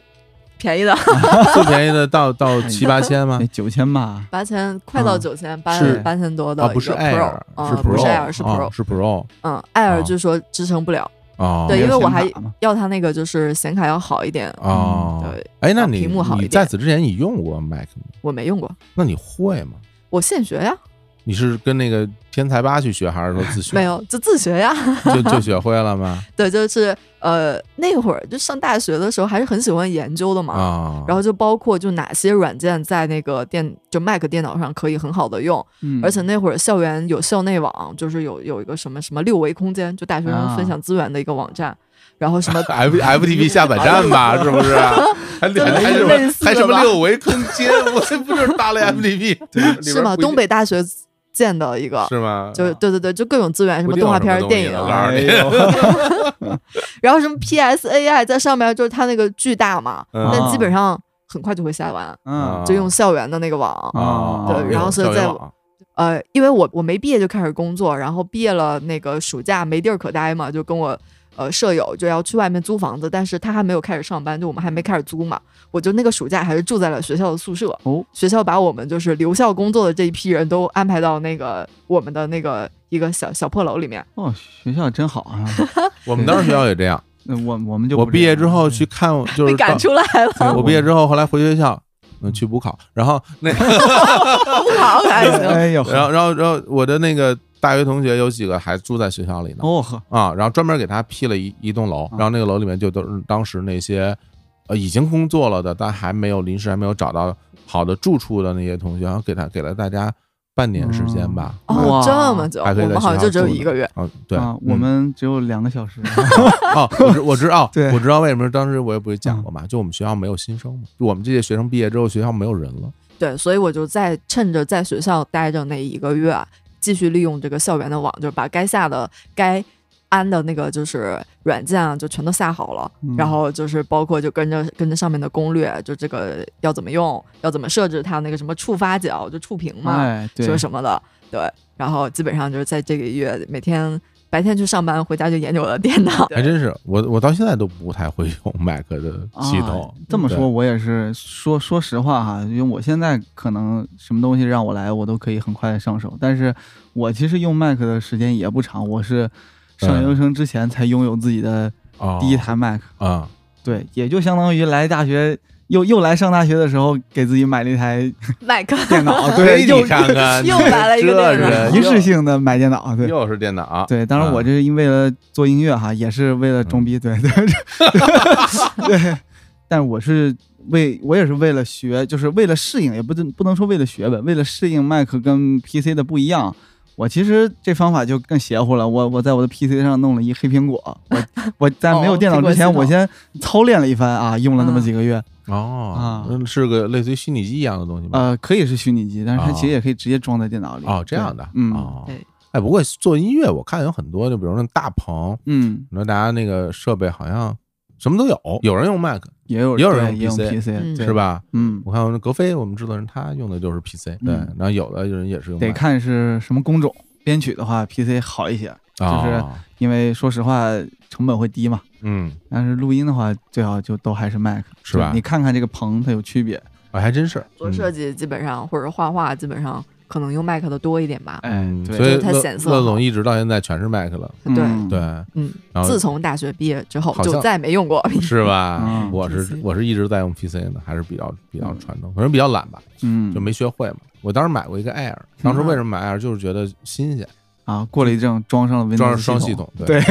便宜的，
最便宜的 到到
嗯
七八千吗
那？哎九千吧，
八千快到九千，八
嗯是
八千多的
啊，
一个
不是
Pro，
Air，
啊
是
不是
Pro，
Air 是
啊
Pro，
是 Pro
嗯，Air
啊
据说支撑不了，
啊。
对，因为我还
没有显卡嘛
要它那个就是显卡要好一点，
啊，
对，
哎，那
啊
你
屏幕好一
你
点
在此之前你用过 Mac 吗？
我没用过，
那你会吗？
我现学呀，
你是跟那个天才吧去学，还是说自学？
没，有就自学呀，
就就学会了 吗？
对，就是呃那会儿就上大学的时候还是很喜欢研究的嘛，
啊，
然后就包括就哪些软件在那个电就 Mac 电脑上可以很好的用，
嗯
而且那会儿校园有校内网，就是有有一个什么什么六维空间，就大学
啊
生分享资源的一个网站，然后 什么
F F T P 下载站吧，是不是？还
就
还还什
类
么
似的吧
还什么六维空间，我这不就是搭了 F T P？
是吗？东北大学建的一个，
是吗？
就是对对对，就各种资源，什
不
么
定
动画
有什么
片儿、
东
电
西
影
了
啊，
告诉
哎
你
呦，
然后什么 PSAI 在上面，就是它那个巨大嘛，
嗯
但基本上很快就会下完，
嗯
啊
就用校园的那个网。
啊，
对
啊
然后所以
校园
在
网
呃，因为我我没毕业就开始工作，然后毕业了那个暑假没地儿可待嘛，就跟我呃舍友就要去外面租房子，但是他还没有开始上班，就我们还没开始租嘛，我就那个暑假还是住在了学校的宿舍。
哦，
学校把我们就是留校工作的这一批人都安排到那个我们的那个一个小小破楼里面。
哦，学校真好啊！
我们当时学校也这 样，
那我我们就
我
不
毕
这
业
样
之
嗯
后去，看，就是
被赶
到
出来
对
哦
了，
我毕业之后后来回学校，嗯，去补考，然 后那
不好还行。
哎呦，
然后然后然后我的那个大学同学有几个还住在学校里呢，
哦呵，
啊，然后专门给他批了一一栋楼，然后那个楼里面就都是当时那些呃已经工作了的，但还没有临时还没有找到好的住处的那些同学，然后给他给了大家半年时间吧，
嗯
还
哦
哇，
这么久，
还可以
我
在
们好
学
像
校
就只有
住
一
呢
个月。
啊，对，
啊，
嗯
我们只有两个 小时，，
哦，我知我知道
对嗯
我知道为什么当时我也不是讲过嘛，就我们学校没有新生嘛，就我们这届学生毕业之后学校没有人了，
对，所以我就在趁着在学校待着那一个月啊，继续利用这个校园的网，就是把该下的、该安的那个就是软件啊，就全都下好了。
嗯
然后就是包括就跟着跟着上面的攻略，就这个要怎么用，要怎么设置它那个什么触发角，就触屏嘛，
哎，对
说、，什么的。对，然后基本上就是在这个月每天白天去上班，回家就研究我的电脑。
还真是我我到现在都不太会用 Mac 的系统
啊。这么
对
说，我也是说说实话哈，因为我现在可能什么东西让我来，我都可以很快的上手。但是我其实用 Mac 的时间也不长，我是上
嗯
研究生之前才拥有自己的
哦
第一台 Mac，、
啊，
对，也就相当于来大学又又来上大学的时候，给自己买了一台
麦克
电 脑，嗯
嘿
对， 又
啊你看看，
又来了一个
这
电脑
人
一次性的买电脑，对。
又是电脑，
对，当然我
嗯
这是因为了做音乐哈，也是为了装逼，对 对对，但我是为我也是为了学，就是为了适应，也不能不能说为了学呗，为了适应 Mac 跟 PC 的不一样。我其实这方法就更邪乎了，我我在我的 PC 上弄了一黑苹果， 我我在没有电脑之前，
哦苹果
我
系
先操练了一番啊，用了那么几个月，
哦
啊，
嗯是个类似于虚拟机一样的东西吗？
呃，可以是虚拟机，但是它
嗯哦
其实也可以直接装在电脑里。
哦，这样的
对，嗯、
哦
对，
哎，不过做音乐，我看有很多，就比如那大棚，
嗯，
你说大家那个设备好像什么都有，有人用 Mac
也有
也有
对
人
也
用
用
PC
PC
嗯
对
是？吧？
嗯，
我看我那格飞，我们制作人他用的就是 PC，对，
嗯
然后有的人也是用
得
Mac
看是什么工种。编曲的话，PC 好一些，就是
哦
因为说实话成本会低嘛。
嗯，
但是录音的话，最好就都还是 Mac，
是吧
就你看看这个棚，它有区别。
哎，还真是
嗯
做设，计基本上或者画画基本上可能用麦克的多一点吧。
哎
嗯，嗯，
对
所以
就它
乐
显色
乐
好
总一直到现在全是 Mac 了，
对
嗯
对，
嗯，
然后
自从大学毕业之后
好像
就再没用过。
是吧？
嗯
我是
PC
我是一直在用 PC 呢，还是比较比较
嗯
传统，可能比较懒吧，
嗯，
就没学会嘛。我当时买过一个 Air，当时为什么买 Air 就是觉得新鲜，
啊。过了一阵，装上了 Windows
装上双系
系
统，
对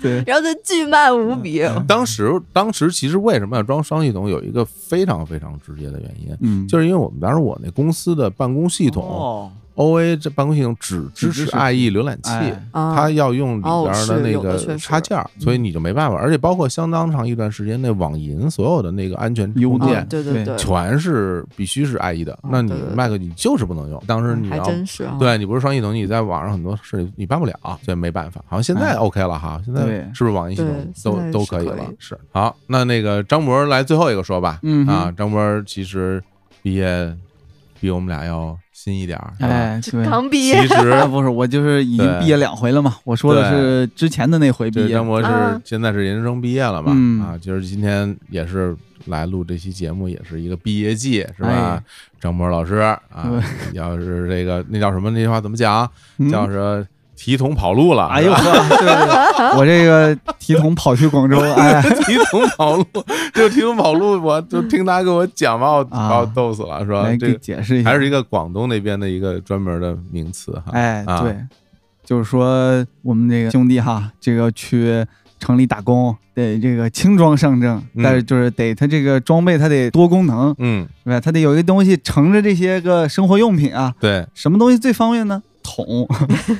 对，
然后就巨慢无比，
当时当时其实为什么要装双系统，有一个非常非常直接的原因。
嗯，
就是因为我们当时我那公司的办公系统、
哦，
OA 这办公系统只支持
只支持
IE 浏览器，
哎，
啊
它要用里
哦
边的
是
那
有的
个
确实嗯
插件儿，所以你就没办法。而且包括相当长一段时间内，网银所有的那个安全
优
充
啊
电
点
对对对，
对
全是必须是 IE 的，那你
嗯对对对
Mac 你就是不能用。当时你
还
要
真是啊。
对你不是双系统，你在网上很多事你办不了，所以没办法。好像现在
哎
OK 了哈，现在
对
是不是网易系
对
统
现
都
在
都
是
可以
可
了
以？
是。好，那那个张博来最后一个说吧。
嗯哼
啊，张博其实毕业比我们俩要新一点儿，是吧
哎，对。
刚毕业
其实
啊，不是，我就是已经
对
毕业两回了嘛。我说的是之前的那回毕
这
业
张，博是
啊
现在是研究生毕业了嘛？
嗯
啊，就是今天也是来录这期节目，也是一个毕业季，是吧
哎？
张博老师啊，要是这个那叫什么那句话怎么讲？
嗯
叫是提桶跑路了，
哎
是
呦
吧
呵，对对对，我这个提桶跑去广 州，哎，
提桶跑路，就提桶跑路，我就听他给我讲把我把我逗死了，是吧
啊来？
这
给
个
解释一下，
还是一个广东那边的一个专门的名词哈。
哎，
啊
对，就是说我们这个兄弟哈，这个去城里打工得这个轻装上阵，
嗯
但是就是得他这个装备它得多功能，
嗯，
对吧？它得有一个东西盛着这些个生活用品啊，
对，
什么东西最方便呢？桶，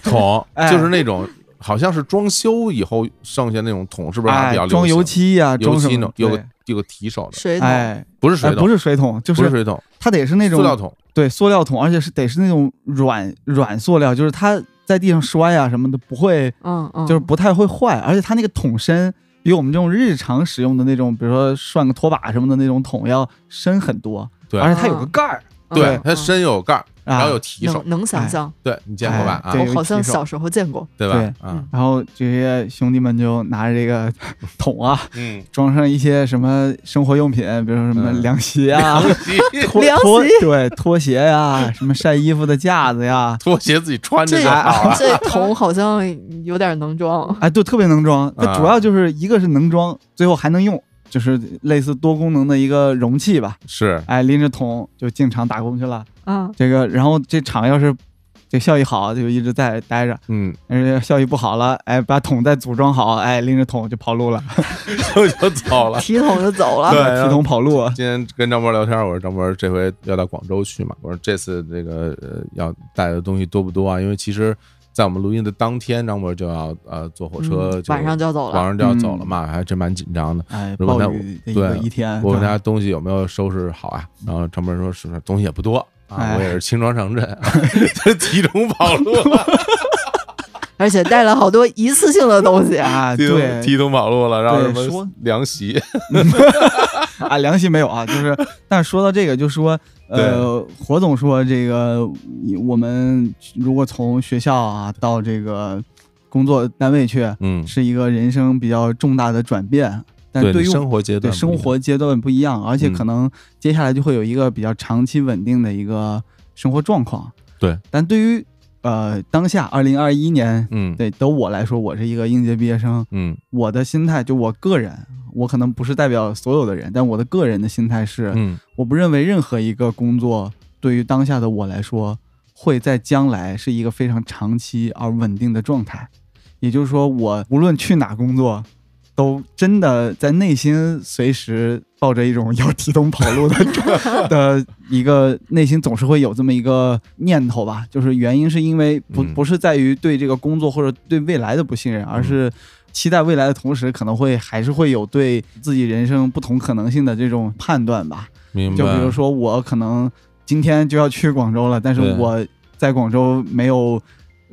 桶
哎
就是那种好像是装修以后剩下那种桶，是不是还
哎
比较，流
装油
行
漆呀、
油
装什
漆呢
么？
有
对
个有个提手的，
水桶，
哎，
不是水
哎，
桶，
不是水桶，就
不是
是
水桶，
它得是那种
塑料桶，
对，塑料桶，而且是得是那种软软塑料，就是它在地上摔呀、什么的不会
嗯嗯，
就是不太会坏，而且它那个桶身比我们这种日常使用的那种，比如说涮个拖把什么的那种桶要深很多，
对
而且它有个盖儿，
嗯
对，它
嗯
深有盖儿，然
啊
后有，提手
能，能想
哎
象，
对你见过吧？
哎
啊
对，
我好像
有提手
小时候见过。
对吧？
对
啊，
然后这些兄弟们就拿着这个桶啊，
嗯，
装上一些什么生活用品，比如说什么
嗯
凉鞋啊、拖
凉
拖
席
对拖鞋呀、什么晒衣服的架子呀，
拖鞋自己穿着
这
就 好了。
这桶好像有点能装，
哎，对，特别能装。
啊
它主要就是一个是能装，最后还能用，就是类似多功能的一个容器吧。
是，
哎，拎着桶就进厂打工去了。
啊，
这个，然后这厂要是这效益好，就一直在待着；
嗯，
但是效益不好了，哎，把桶再组装好，哎，拎着桶就跑路了，
就就走了。
提桶就走了。
对啊
提桶跑路。
今天跟张波聊天，我说张波这回要到广州去嘛，我说这次这个呃要带的东西多不多啊？因为其实，在我们录音的当天，张波就要呃坐火车
嗯，
就
晚上就要走
晚
了，
上就要走了嘛，还真蛮紧张的。
哎，
如果
暴
他
雨的一个
对
一天，
我问他东西有没有收拾好啊？然后张波说是东西也不多啊，
哎。
我也是轻装上阵， 就提桶跑路，
而且带了好多一次性的东西
啊，
提
对
桶，提桶跑路了，然后
对
什么
说
凉席，
啊，良心没有 啊，就是，但是说到这个，就说，呃，火总说这个，我们如果从学校啊到这个工作单位去，
嗯，
是一个人生比较重大的转变，但
对
对
你
于
生活阶段
对
不一样，
生活阶段不一样，而且
嗯
可能接下来就会有一个比较长期稳定的一个生活状况。
对，
但对于呃当下二零二一年
嗯，
对的我来说，我是一个应届毕业生，
嗯
我的心态就我个人，我可能不是代表所有的人，但我的个人的心态是，
嗯
我不认为任何一个工作对于当下的我来说，会在将来是一个非常长期而稳定的状态。也就是说，我无论去哪工作，都真的在内心随时抱着一种要提桶跑路的状的一个内心，总是会有这么一个念头吧。就是原因是因为不
嗯
不是在于对这个工作或者对未来的不信任，而是期待未来的同时，可能会还是会有对自己人生不同可能性的这种判断吧。
明白。
就比如，说，我可能今天就要去广州了，但是
对
我在广州没有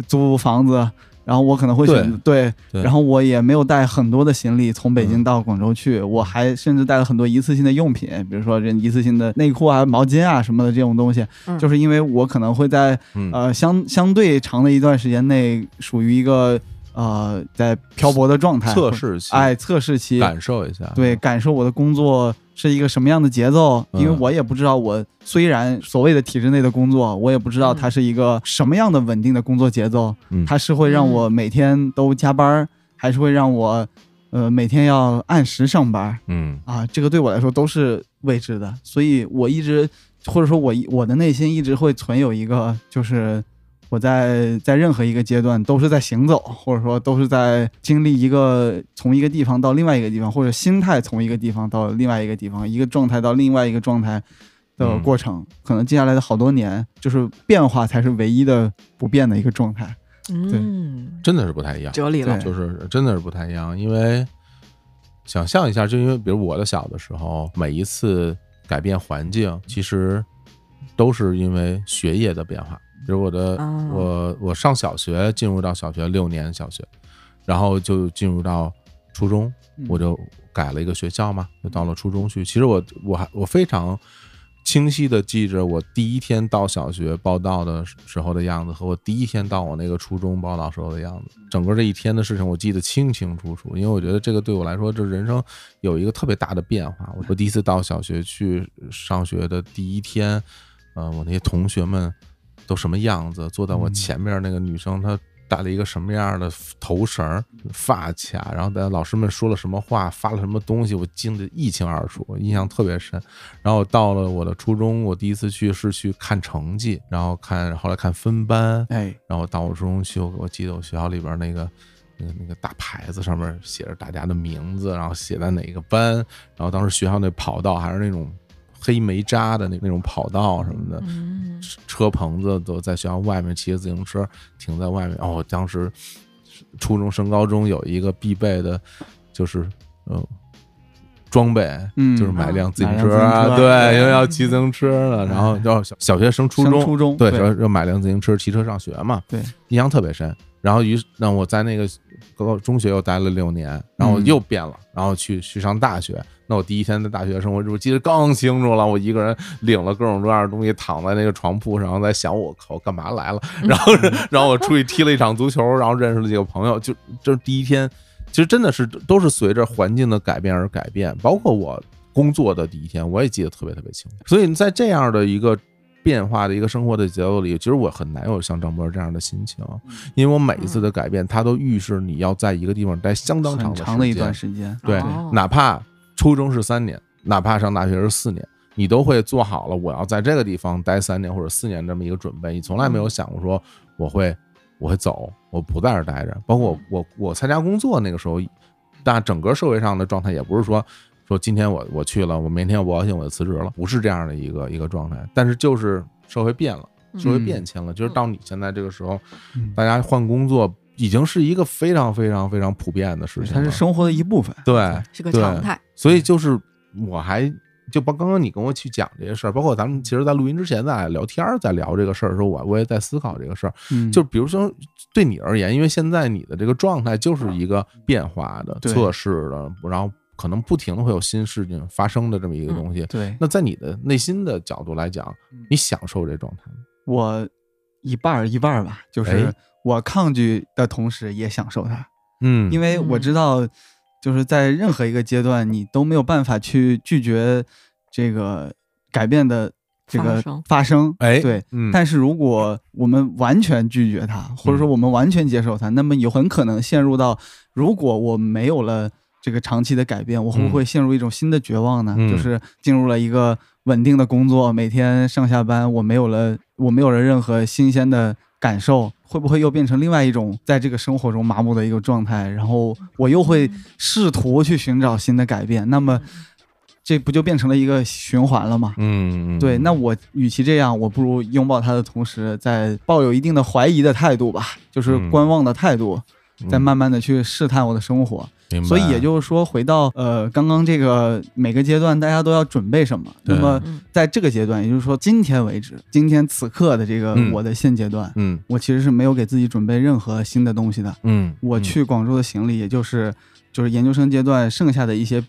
租房子，然后我可能会选择对
对
然后我也没有带很多的行李从北京到广州去，
嗯
我还甚至带了很多一次性的用品，比如说这一次性的内裤啊、毛巾啊什么的这种东西，
嗯
就是因为我可能会在
嗯
呃相相对长的一段时间内属于一个呃在漂泊的状态，
测试期，
哎测试期
感受一下，
对，感受我的工作是一个什么样的节奏，因为
嗯
我也不知道我虽然所谓的体制内的工作，我也不知道它是一个什么样的稳定的工作节奏，
嗯
它是会让我每天都加班儿，还是会让我呃每天要按时上班儿
嗯
啊？这个对我来说都是未知的，所以我一直或者说我一我的内心一直会存有一个就是。我在在任何一个阶段都是在行走，或者说都是在经历一个从一个地方到另外一个地方，或者心态从一个地方到另外一个地方，一个状态到另外一个状态的
嗯
过程。可能接下来的好多年，就是变化才是唯一的不变的一个状态。
嗯，
真的是不太一样，
哲理了。
对
就是真的是不太一样，因为想象一下，就因为比如我的小的时候，每一次改变环境，其实都是因为学业的变化。比如我的，
啊
我我上小学进入到小学六年小学，然后就进入到初中，我就改了一个学校嘛，就到了初中去。其实我我还我非常清晰的记着我第一天到小学报道的时候的样子，和我第一天到我那个初中报道时候的样子。整个这一天的事情我记得清清楚楚，因为我觉得这个对我来说，这人生有一个特别大的变化。我我第一次到小学去上学的第一天，呃，我那些同学们都什么样子？坐在我前面那个女生，她戴了一个什么样的头绳儿、发卡？然后在老师们说了什么话，发了什么东西，我记得一清二楚，印象特别深。然后到了我的初中，我第一次去是去看成绩，然后看后来看分班，
哎，
然后到我初中去，我我记得我学校里边那个。那个那个大牌子上面写着大家的名字，然后写在哪个班，然后当时学校那跑道还是那种黑煤渣的那那种跑道什么的，
嗯，
车棚子都在学校外面骑着自行车停在外面。哦，当时初中升高中有一个必备的，就是呃，装备，
嗯
就是买辆自行
买辆自行
啊，
车嗯哎
对，
对
又要骑自行车了，然后要小小学升初
升
中，
初中
对，
对
要要买辆自行车骑车上学嘛，
对，
印象特别深。然后于是让我在那个高中学又待了六年，然后我
嗯
又变了，然后去去上大学。那我第一天的大学生活，我记得更清楚了。我一个人领了各种各样的东西，躺在那个床铺上，然后在想我靠干嘛来了。然后然后我出去踢了一场足球，然后认识了几个朋友，就就是第一天，其实真的是都是随着环境的改变而改变，包括我工作的第一天，我也记得特别特别清楚。所以在这样的一个变化的一个生活的节奏里，其实我很难有像张博这样的心情，
嗯
因为我每一次的改变，它都预示你要在一个地方待相当
很
的
长的一
时间
段时间，
对
哦，
哪怕初中是三年，哪怕上大学是四年，你都会做好了我要在这个地方待三年或者四年这么一个准备。你从来
嗯
没有想过说我会我会走，我不在这儿待着。包括我
嗯
我我参加工作那个时候，但整个社会上的状态也不是说。说今天我我去了，我明天我高兴我就辞职了，不是这样的一个一个状态。但是就是社会变了，社会
嗯
变迁了，就是到你现在这个时候，
嗯
大家换工作已经是一个非常非常非常普遍的事情了。
它是生活的一部分。
对，
是个
对
常态。
所
嗯
以就是我还就包刚刚你跟我去讲这些事儿，包括咱们其实，在录音之前咱俩聊天儿，在聊这个事儿的时候，我我也在思考这个事儿。
嗯，
就比如说对你而言，因为现在你的这个状态就是一个变化的、
嗯对
测试的，然后可能不停的会有新事情发生的这么一个东西。
嗯对嗯
那在你的内心的角度来讲，你享受这状态吗？
我一半儿一半儿吧，就
哎
是我抗拒的同时也享受它，
嗯
因
为
为我知道，就是在任何一个阶段，你都没有办法去拒绝这个改变的这
发
个
生
发生。
哎，
对，
嗯，
但是如果我们完全拒绝它，或者说我们完全接受它，那么有很可能陷入到，如果我没有了这个长期的改变，我会
嗯
不会陷入一种新的绝望呢？
嗯
就是进入了一个稳定的工作，每天上下班，我没有了，我没有了任何新鲜的感受，会不会又变成另外一种在这个生活中麻木的一个状态？然后我又会
嗯
试图去寻找新的改变，那么这不就变成了一个循环了吗？
嗯，嗯，
对，那
嗯
我与其这样，我不如拥抱它的同时，在抱有一定的怀疑的态度吧，就是
嗯
观望的态度，再慢慢的去试探我的生活。
明白
所以也就是说，回到呃刚刚这个每个阶段，大家都要准备什么？
对
那么
嗯
在这个阶段，也就是说今天为止，今天此刻的这个
嗯
我的现阶段，
嗯
我其实是没有给自己准备任何新的东西的。
嗯，
我
嗯
去广州的行李，也就是就是研究生阶段剩下的一些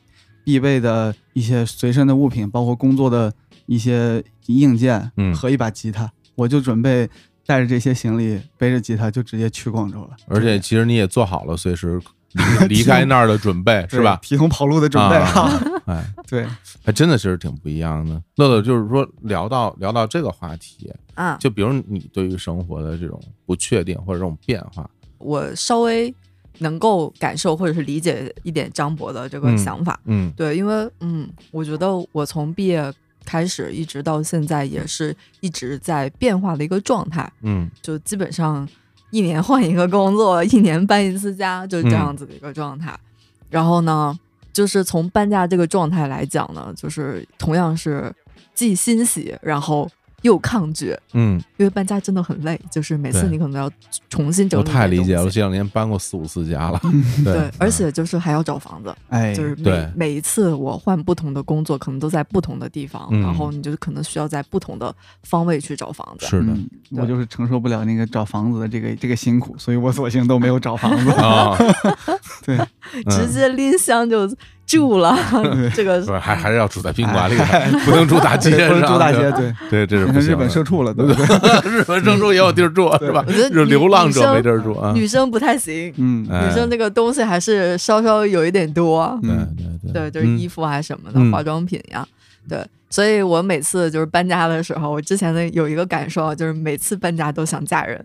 必备的一些随身的物品，包括工作的一些硬件，
嗯
和一把吉他，我就准备带着这些行李，背着吉他就直接去广州了，
而且其实你也做好了随时 离离开那儿的准 备，
对
是吧？
提供跑路的准备哈、
啊哎，
对，
还真的是挺不一样的。乐乐就是说，聊到聊到这个话题，
啊，
就比如你对于生活的这种不确定或者这种变化，
我稍微能够感受或者是理解一点张博的这个
嗯
想法。
嗯
对，因为嗯，我觉得我从毕业开始一直到现在，也是一直在变化的一个状态，
嗯
就基本上一年换一个工作，一年搬一次家，
嗯
就是这样子的一个状态。然后呢，就是从搬家这个状态来讲呢，就是同样是既欣喜，然后又抗拒。
嗯，
因为搬家真的很累，就是每次
对
你可能要重新整
我
理。
太理解了，我这两年搬过四五次家 了，对嗯
对，而且就是还要找房子，
哎，
就是每
对
每一次我换不同的工作，可能都在不同的地方，
嗯
然后你就可能需要在不同的方位去找房子。
是的。
嗯我就是承受不了那个找房子的这个这个辛苦，所以我索性都没有找房子
啊，
对，
嗯
嗯直接拎箱就 住了，这个
不是还还是要住在宾馆里，不能住大街
哎对
上，
不是住大街，
啊对对，
对，
这是
变
不
成
行
日本
的
社畜了，对
对
不对？
对， 日本社畜也有地儿住是吧？
我觉得
就是
女
流浪者
女生
没地儿住啊，
女生不太行，
嗯，
哎
女生这个东西还是稍稍有一点多，
嗯
对对
对，就是衣
服，
服啊什么的，
嗯
化妆品呀、对。所以我每次就是搬家的时候，我之前的有一个感受啊，就是每次搬家都想嫁人，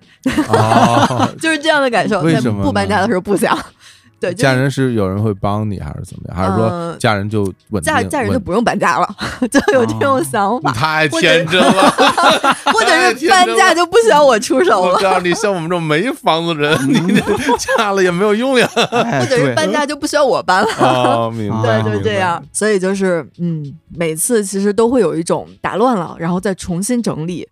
哦
就是这样的感受。
为
在
什么
不搬
呢
家的时候不想， 对，就是
嫁人是有人会帮你，还是怎么样？还是说
呃
嫁人就稳定？
嫁嫁人就
稳
不用搬家了， 就有这
哦
种想
你
法，
太天真了！
或者是
太天
搬
真
家就不需要我出 手
我
了，
告诉你，像我们这种没房子 人，你这嫁了也没有用呀。
哎
或者是
对，
搬家就不需要我搬了。
哦，明白，
对，就是这样。所以就是，嗯，每次其实都会有一种打乱了，然后再重新整理，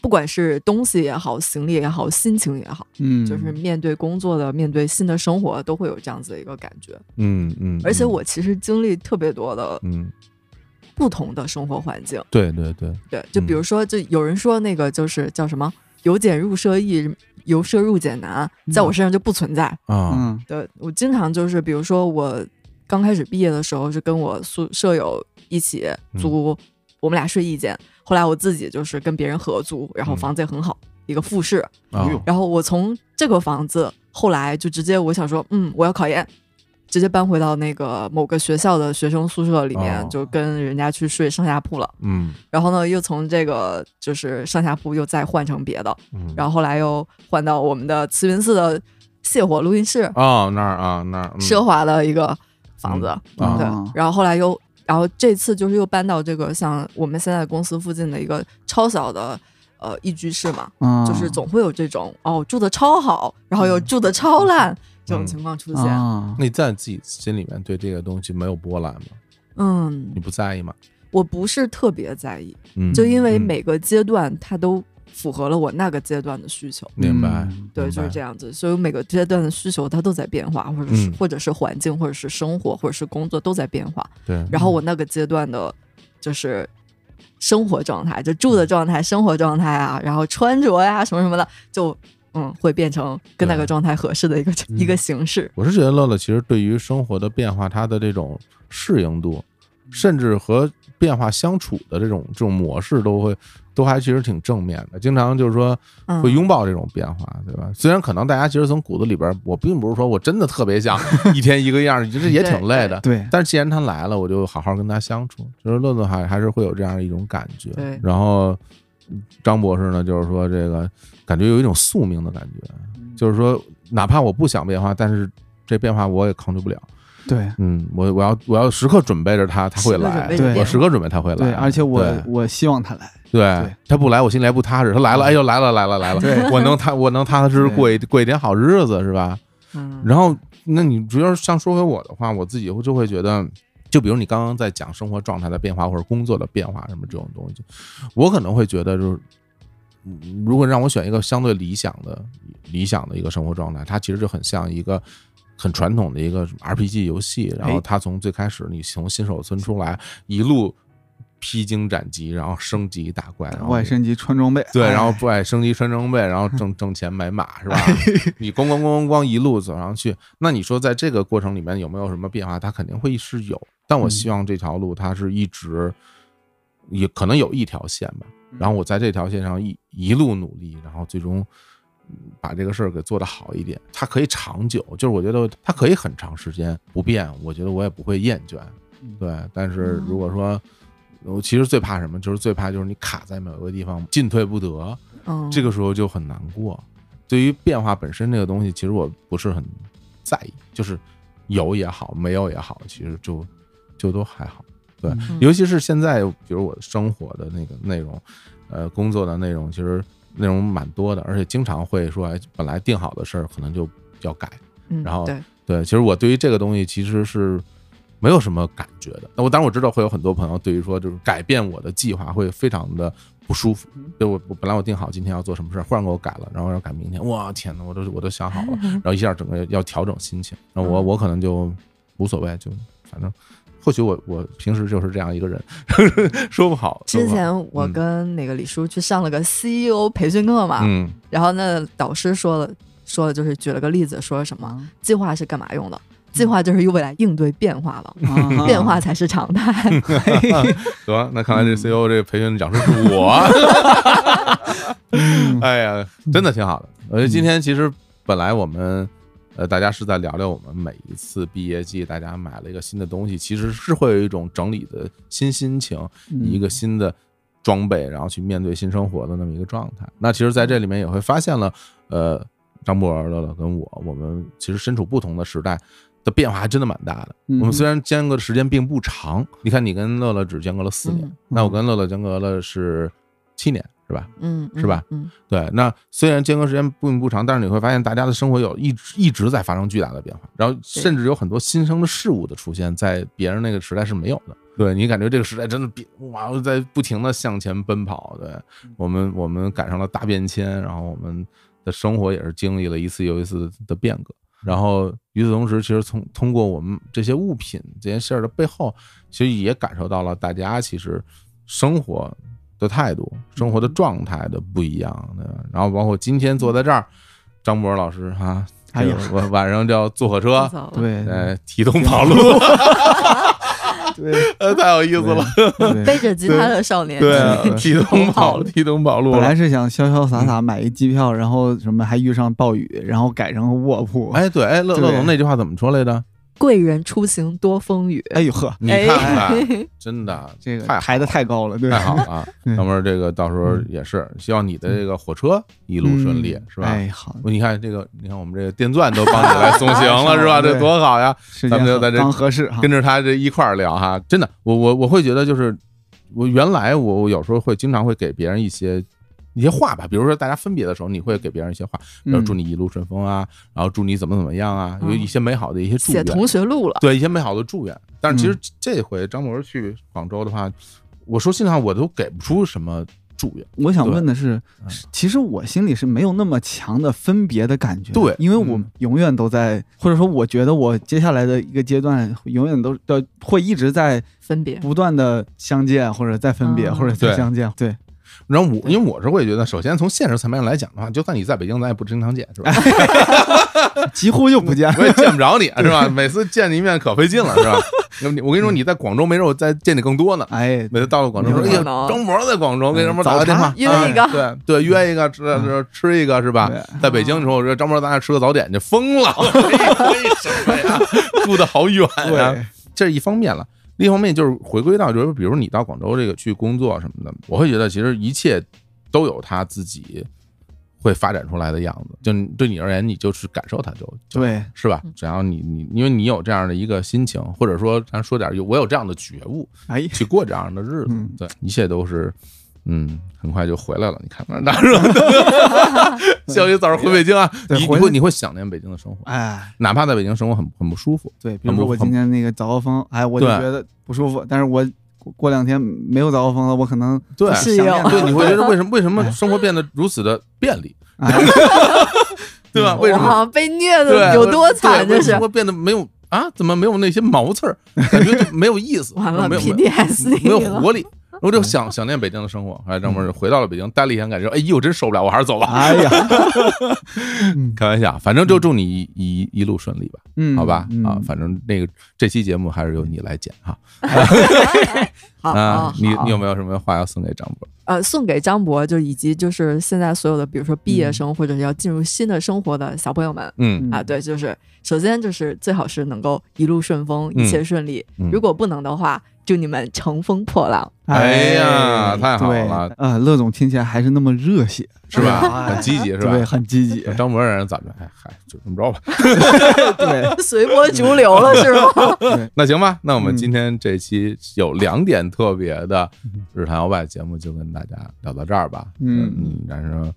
不管是东西也好，行李也好，心情也好，
嗯，
就是面对工作的、面对新的生活，都会有这样子的一个感觉。
嗯嗯，
而且
嗯
我其实经历特别多的
嗯，
不同的生活环境，
对对对，
对，就比如说，就有人说那个就是叫什么“由俭入奢易，由奢入俭难”，在我身上就不存在。
啊，
嗯
对我经常就是，比如说我刚开始毕业的时候是跟我宿舍友一起
嗯
租，我们俩睡一间。后来我自己就是跟别人合租，然后
嗯
房子也很好，一个复式。
啊
哎呦
然后我从这个房子后来就直接我想说，嗯，我要考研，直接搬回到那个某个学校的学生宿舍里面，
哦
就跟人家去睡上下铺了。
嗯
然后呢，又从这个就是上下铺又再换成别的，
嗯，
然后后来又换到我们的慈云寺的泻火录音室，
哦那儿啊那儿，嗯
奢华的一个房子，
嗯啊
对
哦。
然后后来又，然后这次就是又搬到这个像我们现在公司附近的一个超小的呃一居室嘛，
啊
就是总会有这种哦住的超好，然后又住的超
嗯
烂这种情况出现。
啊，
那你在自己心里面对这个东西没有波澜吗？
嗯
你，不在意吗？
我不是特别在意，
嗯，
就因为
嗯
每个阶段它都符合了我那个阶段的需求。
明白
嗯，
对，
明
就是
白
这样子。所以每个阶段的需求它都在变化，或者是、
嗯
或者是环境，或者是生活，或者是工作都在变化。
对，
然后我那个阶段的，就是生活状态，就住的状态、生活状态啊，然后穿着呀、什么什么的，就嗯会变成跟那
对嗯
个状态合适的一个、一个形式。
我是觉得乐乐其实对于生活的变化，他的这种适应度，
嗯
甚至和变化相处的这种这种模式，都会都还其实挺正面的。经常就是说
嗯，
会拥抱这种变化，对吧？虽然可能大家其实从骨子里边，我并不是说我真的特别像 一天一个样儿，其实也挺累的。
对，
但是既然他来了，我就好好跟他相处。就是乐乐还还是会有这样一种感觉。
对
然后嗯张博士呢，就是说这个感觉有一种宿命的感觉，
嗯
就是说哪怕我不想变化，但是这变化我也抗拒不了。
对
嗯，我我要我要时刻准备着他，他会来
时刻准备
着变，化
我时刻准备他会来。
对，而且我
对
我希望他来，
对
对嗯
他不来，我心里还不踏实。他来了，哎呦来了来了来了，
对
我能踏我能踏踏实实
对
过一过一点好日子是吧？
嗯，
然后，那你主要是像说回我的话，我自己会就会觉得，就比如你刚刚在讲生活状态的变化或者工作的变化什么这种东西，我可能会觉得就是，嗯如果让我选一个相对理想的理想的一个生活状态，它其实就很像一个。很传统的一个 RPG 游戏，然后
哎
它从最开始你从新手村出来，一路披荆斩棘，然后升级打怪，然后
外升级穿装备，
对，
哎
然后不爱升级穿装备，然后挣挣钱买马 是吧？你咣咣咣咣咣一路走上去，那你说在这个过程里面有没有什么变化？它肯定会是有，但
嗯
我希望这条路它是一直，也可能有一条线吧。然后我在这条线上一一路努力，然后最终嗯把这个事儿给做得好一点。它可以长久，就是我觉得它可以很长时间不变，我觉得我也不会厌倦。对，但是如果说。我其实最怕什么？就是最怕就是你卡在某个地方进退不得，
嗯
这个时候就很难过。对于变化本身这个东西，其实我不是很在意，就是有也好，没有也好，其实就就都还好。对，
嗯
尤其是现在，比如我生活的那个内容，呃，工作的内容，其实内容蛮多的，而且经常会说，哎，本来定好的事儿可能就要改。
嗯
然后
对，
对，其实我对于这个东西其实是没有什么感觉的。那我当然我知道会有很多朋友对于说就是改变我的计划会非常的不舒服。
嗯
就我我本来我定好今天要做什么事儿，忽然给我改了，然后要改明天，哇天呐，我都我都想好 了，然后一下整个要调整心情。那我
嗯
我可能就无所谓，就反正或许我我平时就是这样一个人， 说不好。说
之
不好
前我
嗯
跟那个李叔去上了个 CEO 培训课嘛，
嗯
然后那导师说了说了就是举了个例子，说什
嗯
么计划是干嘛用的？计划就是用来应对变化了，
嗯
啊
变化才是常态。
得，那看来这
嗯
CEO 这个培训讲师是我。哎呀，真的挺好的。我觉得今天其实本来我们呃大家是在聊聊我们每一次毕业季大家买了一个新的东西，其实是会有一种整理的新心情，
嗯
嗯
以一个新的装备，然后去面对新生活的那么一个状态。那其实在这里面也会发现了，呃，张博尔乐乐跟我，我们其实身处不同的时代。的变化还真的蛮大的。
嗯
我们虽然间隔的时间并不长，你看你跟乐乐只间隔了四年，
嗯
那我跟乐乐间隔了是七年，是是吧？
嗯，嗯
是吧？
嗯，
对，那虽然间隔时间并不长，但是你会发现大家的生活有一直一直在发生巨大的变化，然后甚至有很多新生的事物的出现，在别人那个时代是没有的。对你感觉这个时代真的比哇在不停的向前奔跑，对我们我们赶上了大变迁，然后我们的生活也是经历了一次又一次的变革。然后与此同时，其实从通过我们这些物品这件事儿的背后，其实也感受到了大家其实生活的态度、生活的状态的不一样对吧？然后包括今天坐在这儿，张博老师哈，
哎呀
我晚上就要坐火车，
吐槽了，
对
呃，提桶跑 路，
对
呃太有意思了。
对
背着吉他的少年，
对
啊，
提桶跑，提桶跑路
本来
了。
是想潇潇
嗯
洒洒买一机票，然后什么还遇上暴雨，然后改成卧铺。
哎，对，哎，乐乐
对
总那句话怎么说来着？
贵人出行多风雨，
哎呦呵，
你看看，真的啊
这个
太好
抬的太高了，对
太好 了啊！
嗯
哥们儿，这个到时候也是，希望你的这个火车一路顺利
嗯，
是吧？
哎，好，
你看这个，你看我们这个电钻都帮你来送行 了，是吧？这多好呀！
时
咱
间
们就在这
刚合适哈
跟。着他这一块儿聊哈，真的，我我我会觉得就是，我原来我我有时候会经常会给别人一些一些话吧，比如说大家分别的时候，你会给别人一些话，比如
嗯哦
祝你一路顺风啊，然后祝你怎么怎么样啊，
嗯
有一些美好的一些祝
写
愿，
同学录了，
对一些美好的祝愿。但是其
嗯
实这回张博去广州的话，我说心里话我都给不出什么祝愿，
我想问的是
对嗯，
其实我心里是没有那么强的分别的感觉，
对
因为我
嗯
永远都在，或者说我觉得我接下来的一个阶段，永远都要会一直在
分别
不断的相见，或者再分别，
嗯
或者
对
再相见， 对，
然后我因为我是会觉得，首先从现实层面上来讲的话，就算你在北京，咱也不经常见，是吧？
几乎就不见。
我也见不着你，啊是吧？每次见你一面可费劲了，是吧？ 那么你我跟你说，你在广州没准我再见你更多呢。
哎，
每次到了广州，说
有
哎
可嗯
呀，
能
张博在广州，给张博打个
早
电
茶
话，
约一个
哎对对，约一个吃吃吃一个是吧？
嗯对
在北京的时候，我说张博，咱俩吃个早点去，疯了， 哎为什么呀？住的好远啊哎呀，
对，
这是一方面了。另一方面就是回归到，就是比如你到广州这个去工作什么的，我会觉得其实一切都有它自己会发展出来的样子。就你对你而言，你就是感受它就
嗯
就
对，
是吧？只要你你因为你有这样的一个心情，或者说咱说点儿有我有这样的觉悟，
哎，
去过这样的日子
嗯，
对，一切都是。嗯，很快就回来了。你看，哪热 小雨早上回北京啊，
对
你你
回来
会你会想念北京的生活，
哎，
哪怕在北京生活很很不舒服。
对，比如说
很不
我今天那个早高峰，哎，我就
对
觉得不舒服，但是我过过两天没有早高峰了，我可能
对
想
是
念
有
它
对，你会觉得为什么为什么生活变得如此的便利，
哎
对吧？为什么
嗯哇被虐
对
的有多
对
惨？这
为什
是
么变得没有啊？怎么没有那些毛刺儿？感觉就没有意思，
完了
没有没有
PTSD
没有
了
活力。我就想想念北京的生活，哎，张博士回到了北京，待了一天，感觉哎呦，真受不了，我还是走吧。
哎呀，
开玩笑，反正就祝你一一一路顺利吧，
嗯，
好吧？
嗯
啊，反正那个这期节目还是由你来剪哈。
好
啊
好，
你
哦好
你有没有什么话要送给张博？
呃，送给张博，就以及就是现在所有的，比如说毕业生或者是要进入新的生活的小朋友们。
嗯
啊，对，就是首先就是最好是能够一路顺风，
嗯
一切顺利。
嗯
如果不能的话，祝你们乘风破浪。
哎呀太好
对
了
呃，乐总听起来还是那么热血，
是吧？很积极是吧
对，？很积 极，
张博让人咋着？哎嗨，就这么着吧。
对，
随波逐流了
嗯
是 吗？
那行吧，那我们
嗯
今天这期有两点特别的
嗯
日坛摇摆节目，就跟大家聊到这儿吧。
嗯
嗯，但是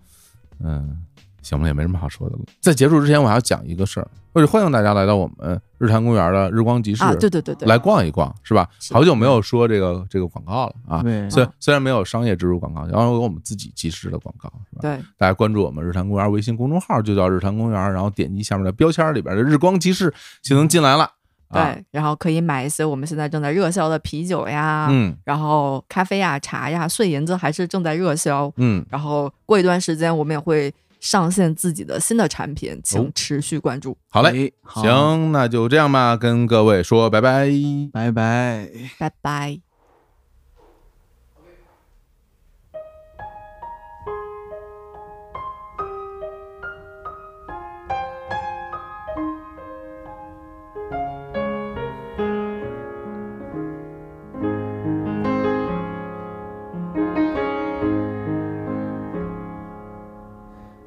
嗯，行吧，也没什么好说的了。在结束之前，我还要讲一个事儿，或者欢迎大家来到我们日坛公园的日光集市
啊，对对对对，
来逛一逛，是吧？
是
好久没有说这个这个广告了啊。
对
虽
嗯
虽然没有商业植入广告，然后有我们自己及时的广告，是吧？
对，
大家关注我们日坛公园微信公众号，就叫日坛公园，然后点击下面的标签里边的日光集市就能进来了。啊、
对，然后可以买一些我们现在正在热销的啤酒呀，
嗯
然后咖啡呀、茶呀，碎银子还是正在热销。
嗯，
然后过一段时间我们也会上线自己的新的产品，请持续关注。
好嘞，
哎，好，
行，那就这样吧，跟各位说拜拜。
拜拜。
拜拜。